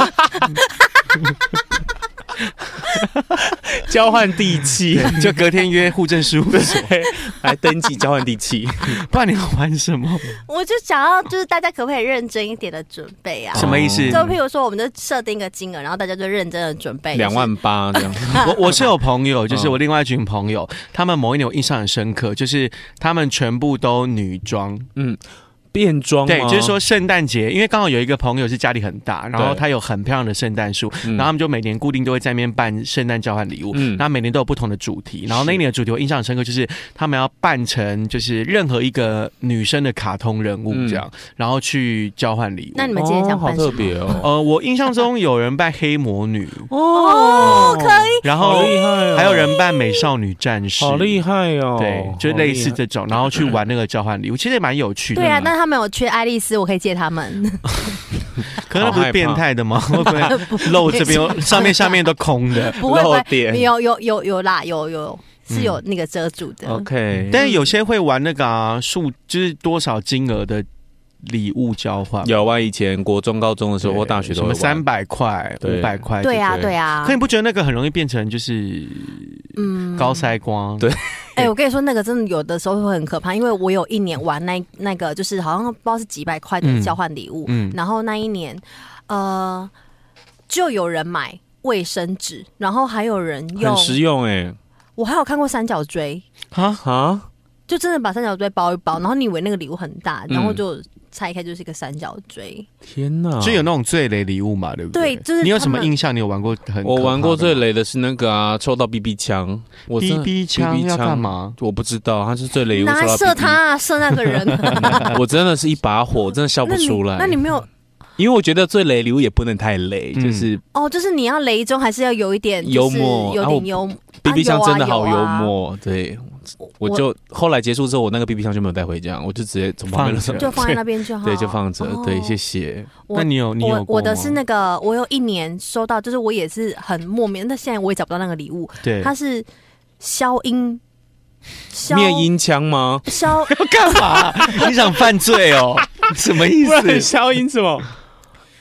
Speaker 2: 交换地契，
Speaker 1: 就隔天约户政事务所，
Speaker 2: 对，来哎登记交换地契。
Speaker 1: 不然你要玩什
Speaker 2: 哦
Speaker 1: 么？
Speaker 3: 我就想要，就是大家可不可以认真一点的准备啊？
Speaker 1: 什么意思？
Speaker 3: 就譬如说，我们就设定一个金额，然后大家就认真的准备
Speaker 2: 两万八这样，
Speaker 1: 我我 是有朋友，就是
Speaker 2: 嗯
Speaker 1: 我另外一群朋友，他们某一年我印象很深刻，就是他们全部都女装，
Speaker 2: 变装哦吗
Speaker 1: 对，就是
Speaker 3: 哦
Speaker 1: 说圣诞节，因为刚好有一个朋友是家里很大，然后
Speaker 2: 对
Speaker 1: 他有很漂亮的圣诞树，
Speaker 2: 嗯
Speaker 1: 然后他们就每年固定都会在那边办圣诞交换礼物，
Speaker 2: 嗯
Speaker 1: 那每年都有不同的主题，然后那一年的主题我印象很深刻，就是他们要扮成就是任何一个女生的卡通人
Speaker 2: 嗯
Speaker 1: 物这样，然后去交换礼物。
Speaker 3: 那你们今天想
Speaker 2: 哦好
Speaker 3: 办什
Speaker 2: 特
Speaker 3: 么？
Speaker 2: 别哦，
Speaker 1: 呃，我印象中有人扮黑魔 女，
Speaker 3: 哎哦，可以，
Speaker 1: 然
Speaker 2: 好
Speaker 1: 后
Speaker 2: 厉害哦，
Speaker 1: 还有人扮美少女战士，
Speaker 2: 好厉害哦，
Speaker 1: 对，就类似
Speaker 2: 好厉
Speaker 1: 这种，然后去玩那个交换礼物，其实也蛮有趣的。
Speaker 3: 对啊，那他们有缺爱丽丝，我可以借他们。
Speaker 1: 可能不是变态 的吗？会不会 露 这边、上面、下面都空的？
Speaker 3: 不会不
Speaker 2: 漏点
Speaker 3: 会，有有有有啦，有有是有那个遮住
Speaker 2: 害
Speaker 1: 嗯
Speaker 3: 的。
Speaker 2: OK，
Speaker 1: 但是有些会玩那个啊，数就是多少金额的礼物交换，
Speaker 2: 有啊，以前国中、高中的时候或大学
Speaker 1: 什
Speaker 2: 都会
Speaker 1: 么
Speaker 2: 玩
Speaker 1: 三。百块、
Speaker 2: 对
Speaker 1: 五百块，
Speaker 3: 对啊
Speaker 2: 对
Speaker 3: 对啊
Speaker 1: 可，你不觉得那个很容易变成就是
Speaker 3: 嗯
Speaker 1: 高塞瓜？
Speaker 2: 对
Speaker 3: 哎、我跟你说，那个真的有的时候会很可怕，因为我有一年玩那那个，就是好像不知道是几百块的
Speaker 1: 嗯
Speaker 3: 交换礼物，
Speaker 1: 嗯
Speaker 3: 然后那一年，呃，就有人买卫生纸，然后还有人用
Speaker 2: 很，实用哎、
Speaker 3: 我还有看过三角锥，
Speaker 1: 啊，
Speaker 2: 啊！
Speaker 3: 就真的把三角锥包一包，然后你以为那个礼物很大，然后
Speaker 2: 嗯
Speaker 3: 就拆开就是一个三角锥，
Speaker 2: 天哪！
Speaker 1: 就有那种最雷礼物嘛，对不
Speaker 3: 对，就是
Speaker 1: 你有
Speaker 3: 他
Speaker 1: 什么
Speaker 3: 们
Speaker 1: 印象？你有玩过很？
Speaker 2: 我玩过最雷的是那个啊，抽到 BB 枪，我真的
Speaker 1: BB 枪要干？嘛？
Speaker 2: 我不知道，他是最雷，
Speaker 3: 拿
Speaker 2: 我
Speaker 3: 来
Speaker 2: 抽
Speaker 3: 射
Speaker 2: 到
Speaker 3: 他、啊，射那 个人、
Speaker 2: BB 我真的是一把 火，我真的笑不
Speaker 3: 那你
Speaker 2: 出来。
Speaker 3: 那你没有
Speaker 2: 因为我觉得最雷礼物也不能太雷，
Speaker 1: 嗯
Speaker 2: 就是
Speaker 3: 哦，就是你要雷中还是要有一点就是
Speaker 2: 幽默
Speaker 3: 有
Speaker 2: 啊我
Speaker 3: 点幽默。
Speaker 2: BB
Speaker 3: 啊
Speaker 2: 枪
Speaker 3: 有啊
Speaker 2: 真的好
Speaker 3: 有
Speaker 2: 幽
Speaker 3: 啊
Speaker 2: 默。对，我就后来结束之后，我那个 BB 枪就没有带回家，我就直接从旁边的
Speaker 1: 放着
Speaker 3: 就放在那边就好。
Speaker 2: 对，就放着。对，
Speaker 3: 哦
Speaker 2: 谢谢。
Speaker 3: 我
Speaker 1: 那你有你有
Speaker 3: 我
Speaker 1: 过
Speaker 3: 我的
Speaker 1: 吗
Speaker 3: 是那个，我有一年收到，就是我也是很莫名，但现在我也找不到那个礼物，
Speaker 1: 对，
Speaker 3: 它是消音，消
Speaker 2: 灭音枪吗？
Speaker 3: 消
Speaker 1: 要干嘛？你想犯罪哦？ 什么意
Speaker 2: 不然
Speaker 1: 思？
Speaker 2: 消音什么？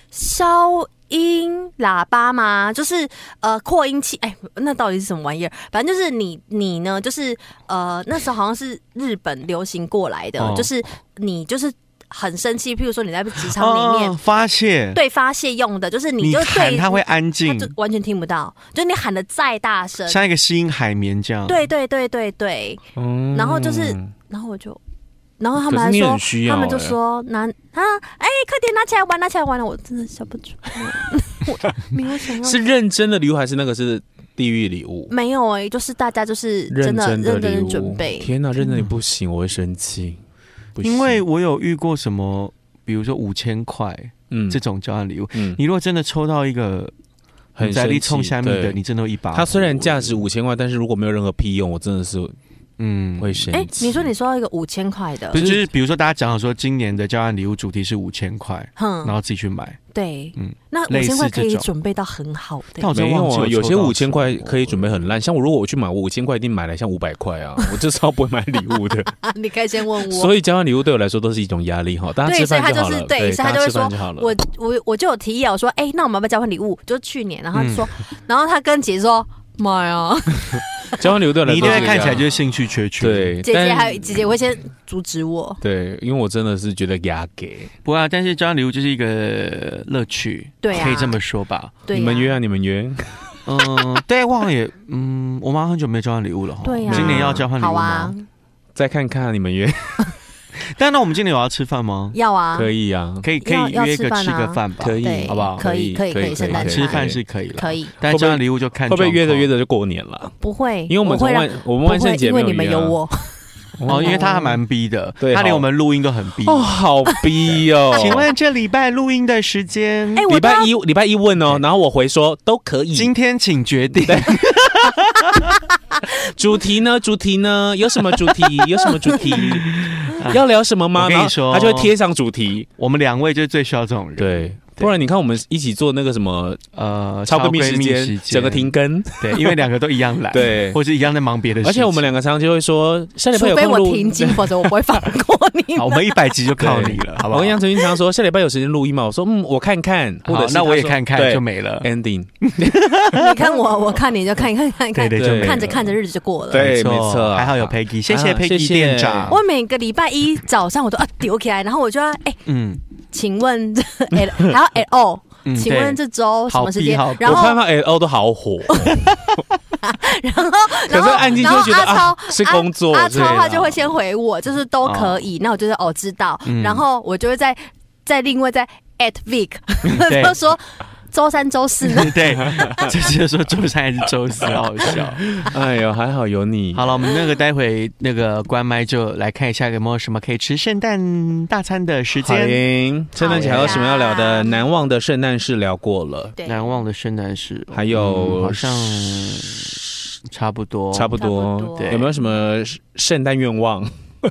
Speaker 3: 消音喇叭吗？就是呃扩音器，哎，那到底是什么玩意儿？反正就是你你呢，就是呃那时候好像是日本流行过来的，
Speaker 1: 哦
Speaker 3: 就是你就是很生气，譬如说你在职场里面、
Speaker 1: 哦发泄，
Speaker 3: 对发泄用的，就是你
Speaker 1: 你
Speaker 3: 就
Speaker 1: 喊
Speaker 3: 对
Speaker 1: 他会安
Speaker 3: 他
Speaker 1: 静，哦
Speaker 3: 就完全听不到，就你喊的再大声，
Speaker 1: 像一个吸音海绵这样。，
Speaker 3: 对对对对对，
Speaker 2: 嗯
Speaker 3: 然后就是然后我就，然后他
Speaker 2: 可是
Speaker 3: 们还
Speaker 2: 你
Speaker 3: 说
Speaker 2: 很需，要
Speaker 3: 他们就
Speaker 2: 欸
Speaker 3: 说拿啊，哎，快点拿起来玩，拿起来玩了，我真的笑不出 来，我没有想要，
Speaker 2: 是认真的礼物还是那个是地狱礼物？
Speaker 3: 没有哎、就是大家就是真的
Speaker 2: 认真
Speaker 3: 认
Speaker 2: 的礼物嗯
Speaker 3: 真地准备，
Speaker 2: 天哪，认真的你不行，我会生气。不行
Speaker 1: 因为我有遇过什么，比如说五千块
Speaker 2: 嗯
Speaker 1: 这种交换礼物，
Speaker 2: 嗯，
Speaker 1: 你如果真的抽到一个
Speaker 2: 很
Speaker 1: 在
Speaker 2: 生气
Speaker 1: 力冲下面的，
Speaker 2: 对
Speaker 1: 你真的会一把火。
Speaker 2: 它虽然价值五千块，但是如果没有任何屁用，我真的是
Speaker 1: 嗯
Speaker 2: 会生
Speaker 3: 哎、
Speaker 2: 气。
Speaker 3: 你说你收到一个五千块的
Speaker 1: 不，是，就是比如说大家讲好说今年的交换礼物主题是五千块，然
Speaker 3: 哼，
Speaker 1: 后自己去买，
Speaker 3: 对，
Speaker 1: 嗯
Speaker 3: 那
Speaker 1: 类
Speaker 3: 五千块
Speaker 1: 似这
Speaker 3: 可以
Speaker 1: 种
Speaker 3: 准备到很好的
Speaker 1: 但我，真
Speaker 2: 没
Speaker 1: 的
Speaker 2: 有
Speaker 1: 忘记
Speaker 2: 啊？
Speaker 1: 有
Speaker 2: 有些五千块可以准
Speaker 1: 备。
Speaker 2: 备很烂，像我如果我去买，我五千块一定买来像五百块啊，我 就超不会买礼物 的。
Speaker 3: 啊你可以先问我。
Speaker 2: 所以交换礼物对我来说都是一种压力哈，大家吃
Speaker 3: 对，所以
Speaker 2: 饭
Speaker 3: 他
Speaker 2: 就
Speaker 3: 就
Speaker 2: 好
Speaker 3: 是
Speaker 2: 了，
Speaker 3: 对，所以
Speaker 2: 大
Speaker 3: 他就
Speaker 2: 家
Speaker 3: 会
Speaker 2: 吃
Speaker 3: 说
Speaker 2: 饭就好，了。
Speaker 3: 我我我就有提议啊，我说，哎、那我们要不要交换礼物？就去年，然后他就说，然后他跟姐说，哦妈呀，
Speaker 2: 交换礼物对我来
Speaker 1: 你
Speaker 2: 说
Speaker 1: 一定会看起来
Speaker 2: 就
Speaker 1: 就是兴趣缺缺。，
Speaker 2: 啊对，
Speaker 3: 姐姐
Speaker 2: 但
Speaker 3: 还有姐姐会先阻止我，
Speaker 2: 对，因为我真的是觉得牙给。
Speaker 1: 不啊，但是交换礼物就是一个乐趣，
Speaker 3: 对啊
Speaker 1: 可以这么说吧。
Speaker 3: 对、
Speaker 2: 你们约，啊，你们 约，
Speaker 1: 嗯，对，我好像也，嗯，我妈很久没有交换礼物了哈。
Speaker 3: 对呀、
Speaker 1: 今年要交换礼物
Speaker 3: 好
Speaker 1: 吗？
Speaker 3: 啊，
Speaker 2: 再看啊看你们约
Speaker 1: 但那我们今年有要吃饭吗？
Speaker 3: 要啊，
Speaker 2: 可以啊，
Speaker 1: 可以可
Speaker 3: 要
Speaker 1: 以约个
Speaker 3: 要
Speaker 1: 吃
Speaker 3: 吃饭啊
Speaker 1: 个饭吧，
Speaker 2: 可以，
Speaker 3: 对
Speaker 2: 好不好？
Speaker 3: 可以可以可以圣诞
Speaker 1: 吃
Speaker 3: 吃
Speaker 1: 饭
Speaker 3: 饭
Speaker 1: 是可以了，
Speaker 3: 可以，
Speaker 1: 但交换礼物就看
Speaker 2: 会不会约着约
Speaker 1: 着
Speaker 2: 着就过年了？
Speaker 3: 不会，
Speaker 2: 因为我们从
Speaker 3: 会让啊
Speaker 2: 万我们
Speaker 3: 哎不
Speaker 2: 万圣
Speaker 3: 会，
Speaker 2: 节
Speaker 3: 因
Speaker 2: 没
Speaker 3: 为你们
Speaker 2: 约
Speaker 3: 有
Speaker 2: 啊
Speaker 3: 我，
Speaker 1: 哦，因为他还蛮逼的，
Speaker 2: 对
Speaker 1: 他连
Speaker 2: 好
Speaker 1: 我们录音都很逼。。
Speaker 2: 哦，好逼哦
Speaker 1: 请问这礼拜录音的时间？
Speaker 3: 哎、我
Speaker 2: 礼
Speaker 3: 都
Speaker 2: 拜
Speaker 3: 要
Speaker 2: 一礼拜一问哦，然后我回说都可以
Speaker 1: 今。天请决定。
Speaker 2: 主题呢？主题呢？有什么主 题？有什么主题？要聊什么吗？
Speaker 1: 哎我跟你
Speaker 2: 然后
Speaker 1: 说
Speaker 2: 他就会贴上主题。
Speaker 1: 我们两位就是最需要这种人。
Speaker 2: 对，不然你看我们一起做那个什么
Speaker 1: 呃，
Speaker 2: 超
Speaker 1: 超
Speaker 2: 闺蜜时间，整个停更，
Speaker 1: 对，因为两个都一样懒，
Speaker 2: 对
Speaker 1: 或是一样在忙别的事情。
Speaker 2: 而且我们两个常常就会说，下礼
Speaker 3: 除
Speaker 2: 拜有
Speaker 3: 非
Speaker 2: 空
Speaker 3: 我
Speaker 2: 录，
Speaker 3: 停经，否则我不会放过你
Speaker 1: 好，
Speaker 3: 们。
Speaker 1: 我们一百集就靠你了，好不
Speaker 2: 我
Speaker 1: 好
Speaker 2: 跟？杨丞琳常说，下礼拜有时间录音吗？我说嗯，我看看，或
Speaker 1: 好
Speaker 2: 者是
Speaker 1: 那我也
Speaker 2: 他说
Speaker 1: 看看
Speaker 2: 对
Speaker 1: 就没了。
Speaker 2: ending，
Speaker 3: 你看我，我看你就看一看，看一看，
Speaker 1: 对对
Speaker 2: 对
Speaker 1: 就
Speaker 3: 看着看着日子就过了。
Speaker 2: 对
Speaker 1: 没错
Speaker 2: 没错
Speaker 1: 还好有 Peggy，谢谢
Speaker 2: 还好谢
Speaker 1: Peggy
Speaker 2: 谢
Speaker 1: 店长。
Speaker 3: 我每个礼拜一早上我都啊丢起来，然后我就要哎，
Speaker 1: 嗯
Speaker 3: 请问这哎，还要哎 哦，
Speaker 1: 嗯，
Speaker 3: 请问
Speaker 1: 对
Speaker 3: 这周什么时间
Speaker 1: 好避好？避
Speaker 3: 然
Speaker 2: 我看
Speaker 3: 后
Speaker 2: 到 L O 都 好火，
Speaker 3: 然后
Speaker 2: 可
Speaker 3: 然
Speaker 2: 是
Speaker 3: 后
Speaker 2: 按进去
Speaker 3: 然后
Speaker 2: 觉得
Speaker 3: 阿
Speaker 2: 啊
Speaker 3: 超
Speaker 2: 是
Speaker 3: 阿
Speaker 2: 工作
Speaker 3: 阿
Speaker 2: 之
Speaker 3: 超
Speaker 2: 类的啊
Speaker 3: 他就会先回我，就是都可以。那我就是哦知道，
Speaker 1: 嗯
Speaker 3: 然后我就会再再另外再 at Vic，
Speaker 1: 对
Speaker 3: 就说周三周四呢。
Speaker 1: 对， 就是就说周三还是周四，好好笑。
Speaker 2: 哎呦，还好有你，
Speaker 1: 好了，我们那个待会那个关麦就来看一下有没有什么可以吃圣诞大餐的时
Speaker 2: 好
Speaker 1: 间。
Speaker 2: 耶，圣诞节还有什么要聊的？难忘的圣诞事聊过了，
Speaker 3: 对，
Speaker 1: 难忘的圣诞是
Speaker 2: 还有
Speaker 1: 嗯好像差不多，
Speaker 2: 差不
Speaker 3: 差不
Speaker 2: 多，
Speaker 3: 多
Speaker 1: 对
Speaker 2: 有没有什么圣诞愿望？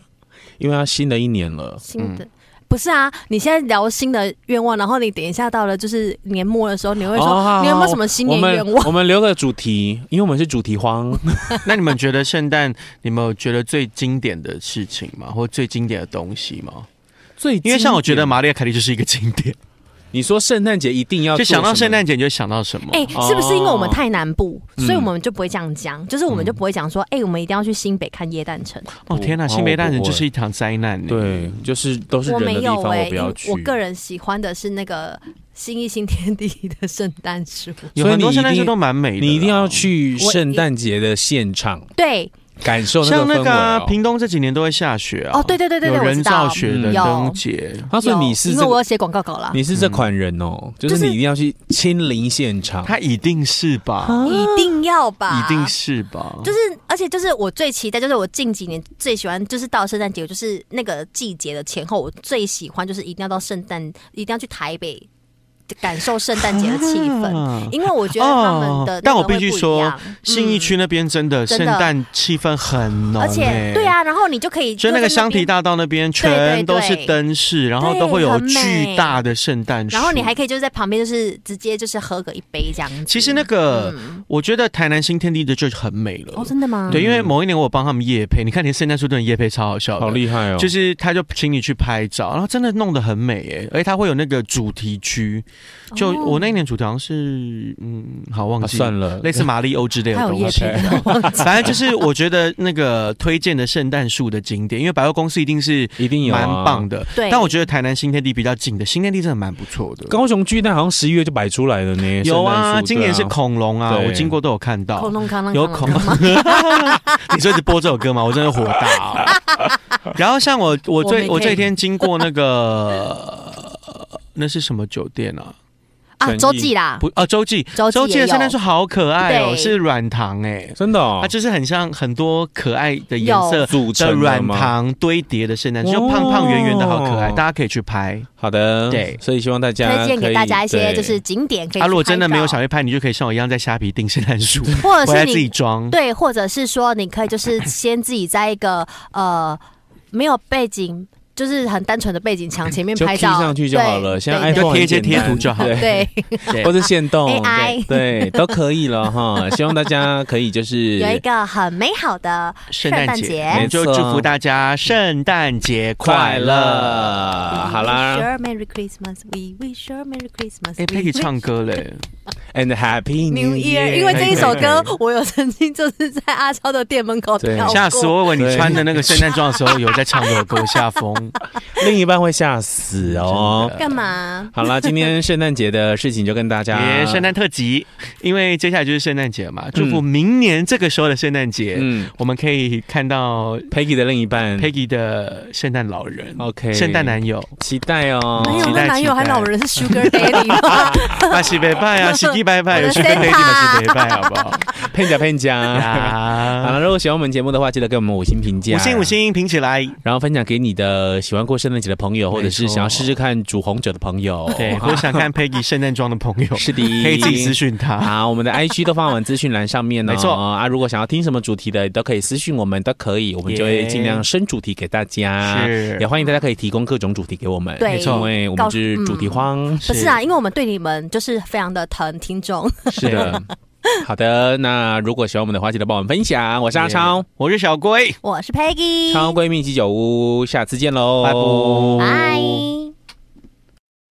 Speaker 2: 因为要新的一年了，
Speaker 3: 新的。不是啊，你现在聊新的愿望，然后你等一下到了就是年末的时候，你会说、
Speaker 2: 哦好
Speaker 3: 你有没
Speaker 2: 好
Speaker 3: 有什么新
Speaker 2: 我
Speaker 3: 年
Speaker 2: 们
Speaker 3: 愿望？
Speaker 2: 我们留个主题，因为我们是主题 荒。
Speaker 1: 那你们觉得圣诞，你们有觉得最经典的事情吗？或最经典的东西吗？
Speaker 2: 最
Speaker 1: 因为像我觉得
Speaker 2: 嘛，
Speaker 1: 玛丽亚凯莉就是一个经典，
Speaker 2: 你说圣诞节一定要
Speaker 1: 就想到
Speaker 2: 啊做什
Speaker 1: 圣
Speaker 2: 么
Speaker 1: 诞节你就想到什么？
Speaker 3: 哎、
Speaker 2: 哦
Speaker 3: 是不是因为我们太南部，
Speaker 2: 嗯
Speaker 3: 所以我们就不会这样讲，就是我们就不会讲说，哎、我们一定要去新北看耶诞城。
Speaker 1: 哦天哪，
Speaker 2: 我
Speaker 1: 新北大人
Speaker 2: 我不会
Speaker 1: 就是一场灾难呢。
Speaker 2: 对，就是都是人的
Speaker 3: 没
Speaker 2: 地
Speaker 3: 有欸
Speaker 2: 方，我不
Speaker 3: 因
Speaker 2: 要
Speaker 3: 为
Speaker 2: 去。
Speaker 3: 我个人喜欢的是那个新一新天地的圣诞树。
Speaker 1: 有
Speaker 2: 所以
Speaker 1: 很多
Speaker 2: 你一
Speaker 1: 圣诞
Speaker 2: 定
Speaker 1: 树都蛮美的啦，
Speaker 2: 你一定要去圣诞节的现场
Speaker 3: 对，
Speaker 2: 感受那
Speaker 1: 像
Speaker 2: 个氛
Speaker 1: 那
Speaker 2: 围
Speaker 1: 个啊、
Speaker 2: 哦。
Speaker 1: 屏东这几年都会下雪啊。
Speaker 3: 哦，对对对对对，
Speaker 1: 有
Speaker 3: 我知
Speaker 1: 人
Speaker 3: 道
Speaker 1: 造。雪的
Speaker 2: 嗯
Speaker 1: 灯节，
Speaker 2: 他说你是
Speaker 3: 有因
Speaker 2: 这
Speaker 3: 为我
Speaker 2: 个
Speaker 3: 有写广告稿啦，
Speaker 2: 你是这
Speaker 1: 嗯
Speaker 2: 款人哦，就是
Speaker 3: 就是
Speaker 2: 你一定要去亲临现场。
Speaker 1: 它一定是吧？
Speaker 3: 一定要吧？
Speaker 1: 一定是吧？
Speaker 3: 就是，而且就是我最期待，就是我近几年最喜欢，就是到圣诞节，就是那个季节的前后，我最喜欢就是一定要到圣诞，一定要去台北感受圣诞节的气氛，
Speaker 1: 啊
Speaker 3: 因为嗯我觉得他们
Speaker 1: 哦
Speaker 3: 的那个会不一样、
Speaker 1: 但我必须说信义区那边真的
Speaker 3: 真
Speaker 1: 圣
Speaker 3: 的
Speaker 1: 诞气氛很
Speaker 3: 嗯，
Speaker 1: 浓，欸
Speaker 3: 而且对，啊，然后你就可以
Speaker 1: 就那个香堤
Speaker 3: 皮，
Speaker 1: 大道那边
Speaker 3: 对对
Speaker 1: 全都是
Speaker 3: 对
Speaker 1: 灯饰，然后
Speaker 3: 对
Speaker 1: 都会有
Speaker 3: 很美
Speaker 1: 巨大的圣诞树，
Speaker 3: 然后你还可以就是在旁边，就是直接就是喝个一杯这样子。
Speaker 1: 其实那个
Speaker 3: 嗯
Speaker 1: 我觉得台南新天地的就很美
Speaker 3: 哦，
Speaker 1: 了，
Speaker 3: 真的吗？
Speaker 1: 对，因为某一年我有帮他们夜配，你看连圣诞树都能夜配，超好笑的，
Speaker 2: 好厉害哦！
Speaker 1: 就是他就请你去拍照，然后真的弄得很美耶，而且他会有那个主题区，就
Speaker 3: 哦
Speaker 1: 我那一年主题好像是嗯，好忘
Speaker 2: 啊
Speaker 1: 记、
Speaker 2: 算了， 哎
Speaker 1: 类似马里欧之类的
Speaker 3: 还有
Speaker 1: 东
Speaker 3: 夜
Speaker 1: 西。
Speaker 3: 配 的，我忘记
Speaker 1: 反正就是我觉得那个推荐的圣诞树的景点，因为百货公司一定是
Speaker 2: 一定有啊
Speaker 1: 蛮棒。的，
Speaker 3: 对
Speaker 1: 但我觉得台南新天地比较近的，新天地真的蛮不错的。
Speaker 2: 高雄巨蛋好像十一月就摆出来了呢，
Speaker 1: 有
Speaker 2: 圣
Speaker 1: 啊，
Speaker 2: 诞树
Speaker 1: 今年是
Speaker 2: 对啊
Speaker 1: 恐龙啊，
Speaker 2: 对
Speaker 1: 我经过都有看到。
Speaker 3: 空空康康
Speaker 1: 有
Speaker 3: 康
Speaker 1: 恐
Speaker 3: 康康，
Speaker 1: 你说一直播这首歌吗？我真的火大、 哦。然后像我，我
Speaker 3: 我没
Speaker 1: 最我
Speaker 3: 可以
Speaker 1: 这天经过那个。那是什么酒店啊？
Speaker 3: 啊，周记啦，
Speaker 1: 不，哦，洲际，
Speaker 3: 周
Speaker 1: 洲
Speaker 3: 记
Speaker 1: 际
Speaker 3: 也
Speaker 1: 的圣诞
Speaker 3: 有
Speaker 1: 树。好可爱哦，
Speaker 3: 对
Speaker 1: 是软糖哎、
Speaker 2: 真的
Speaker 1: 它
Speaker 2: 哦，
Speaker 1: 就是很像很多可爱的颜色
Speaker 2: 组
Speaker 1: 的
Speaker 2: 成的
Speaker 1: 软
Speaker 2: 吗。
Speaker 1: 糖堆叠的圣诞树，
Speaker 2: 哦
Speaker 1: 就胖胖圆圆的好可爱，大家可以去拍。
Speaker 2: 好的，
Speaker 1: 对
Speaker 2: 所以希望大家
Speaker 3: 推荐
Speaker 2: 可
Speaker 3: 给
Speaker 2: 以
Speaker 3: 大家一些
Speaker 2: 对
Speaker 3: 就是景点可以去拍照。
Speaker 1: 啊，如果真的没有想去拍，你就可以像我一样在虾皮订圣诞树，
Speaker 3: 或
Speaker 1: 回
Speaker 3: 者是
Speaker 1: 来自己
Speaker 3: 你
Speaker 1: 装。
Speaker 3: 对，或者是说你可以就是先自己在一个呃没有背景，就是很单纯的背景墙前 面
Speaker 2: 就
Speaker 3: 拍
Speaker 2: key
Speaker 3: 照
Speaker 2: 上去就好了。
Speaker 3: 对
Speaker 2: 现在
Speaker 3: 对
Speaker 2: iPhone
Speaker 1: 就贴一些
Speaker 2: 很简单
Speaker 1: 贴图就 好了
Speaker 3: 对，
Speaker 1: 对
Speaker 2: 或者限动
Speaker 3: AI
Speaker 2: 对，对都可以了哈。 希望大家可以就是
Speaker 3: 有一个很美好的
Speaker 1: 圣诞节，我们就
Speaker 2: 没错
Speaker 1: 祝福大家圣诞节
Speaker 2: 快
Speaker 1: 快乐。
Speaker 2: 乐。好
Speaker 3: We
Speaker 2: 啦
Speaker 3: wish you a Merry Christmas, we wish you a Merry Christmas.
Speaker 1: 哎
Speaker 3: we
Speaker 1: ，Peggy
Speaker 3: wish
Speaker 1: 唱歌嘞，
Speaker 2: ，and happy
Speaker 3: New
Speaker 2: New
Speaker 3: Year，
Speaker 2: Year，哎
Speaker 3: 因为这一首
Speaker 1: 可
Speaker 3: 歌
Speaker 1: 以可以，
Speaker 3: 我有曾经就是在阿超的店门口
Speaker 2: 对
Speaker 3: 跳
Speaker 1: 吓死
Speaker 3: 过！
Speaker 1: 我！我以为你
Speaker 2: 对
Speaker 1: 穿的那个圣诞装的时候有在唱这首歌，我吓 疯。
Speaker 2: 另一半会吓死哦。
Speaker 3: 干嘛？
Speaker 2: 好啦，今天圣诞节的事情就跟大家
Speaker 1: 耶，圣诞特辑，因为接下来就是圣诞节嘛，祝福明年这个时候的圣诞节，
Speaker 2: 嗯
Speaker 1: 我们可以看到
Speaker 2: Peggy 的另一半
Speaker 1: Peggy 的圣诞老人
Speaker 2: OK
Speaker 1: 圣诞男友，
Speaker 2: 期待哦。
Speaker 3: 没有，
Speaker 1: 期待
Speaker 3: 那男友
Speaker 1: 期待
Speaker 3: 还老人是 Sugar Daddy 吗？
Speaker 1: 啊，喜拜拜 啊，喜地拜拜，
Speaker 3: 我的
Speaker 1: 有去跟 Peggy 嘛
Speaker 3: Santa
Speaker 1: 喜拜拜，好不 好？
Speaker 2: 骗假骗假。好
Speaker 1: 啊，
Speaker 2: 了，如果喜欢我们节目的话，记得给我们五星评价，
Speaker 1: 五星五，星评起来，
Speaker 2: 然后分享给你的呃喜欢过圣诞节的朋友，或者是
Speaker 1: 没错
Speaker 2: 想要试试看煮红酒的朋友，
Speaker 1: 对，
Speaker 2: 好
Speaker 1: 我想看 Peggy 圣诞装的朋友，
Speaker 2: 是的，
Speaker 1: 可以自己私讯他。
Speaker 2: 好，我们的 IG 都放在我们资讯栏上面呢、
Speaker 1: 没错
Speaker 2: 啊，如果想要听什么主题的，都可以私讯我们，都可以，我们就会
Speaker 1: 耶
Speaker 2: 尽量生主题给大家。
Speaker 1: 是
Speaker 2: 也欢迎大家可以提供各种主题给我们。
Speaker 3: 对没错
Speaker 2: 因为我们就是主题 荒。
Speaker 3: 不是啊，因为我们对你们就是非常的疼听众。
Speaker 2: 是的。好的，那如果喜欢我们的话，记得帮我们分享。我是阿超，
Speaker 1: 我是小龟，
Speaker 3: 我是 Peggy，
Speaker 2: 超闺蜜鸡酒屋，下次见喽，
Speaker 1: 拜拜。
Speaker 3: 拜。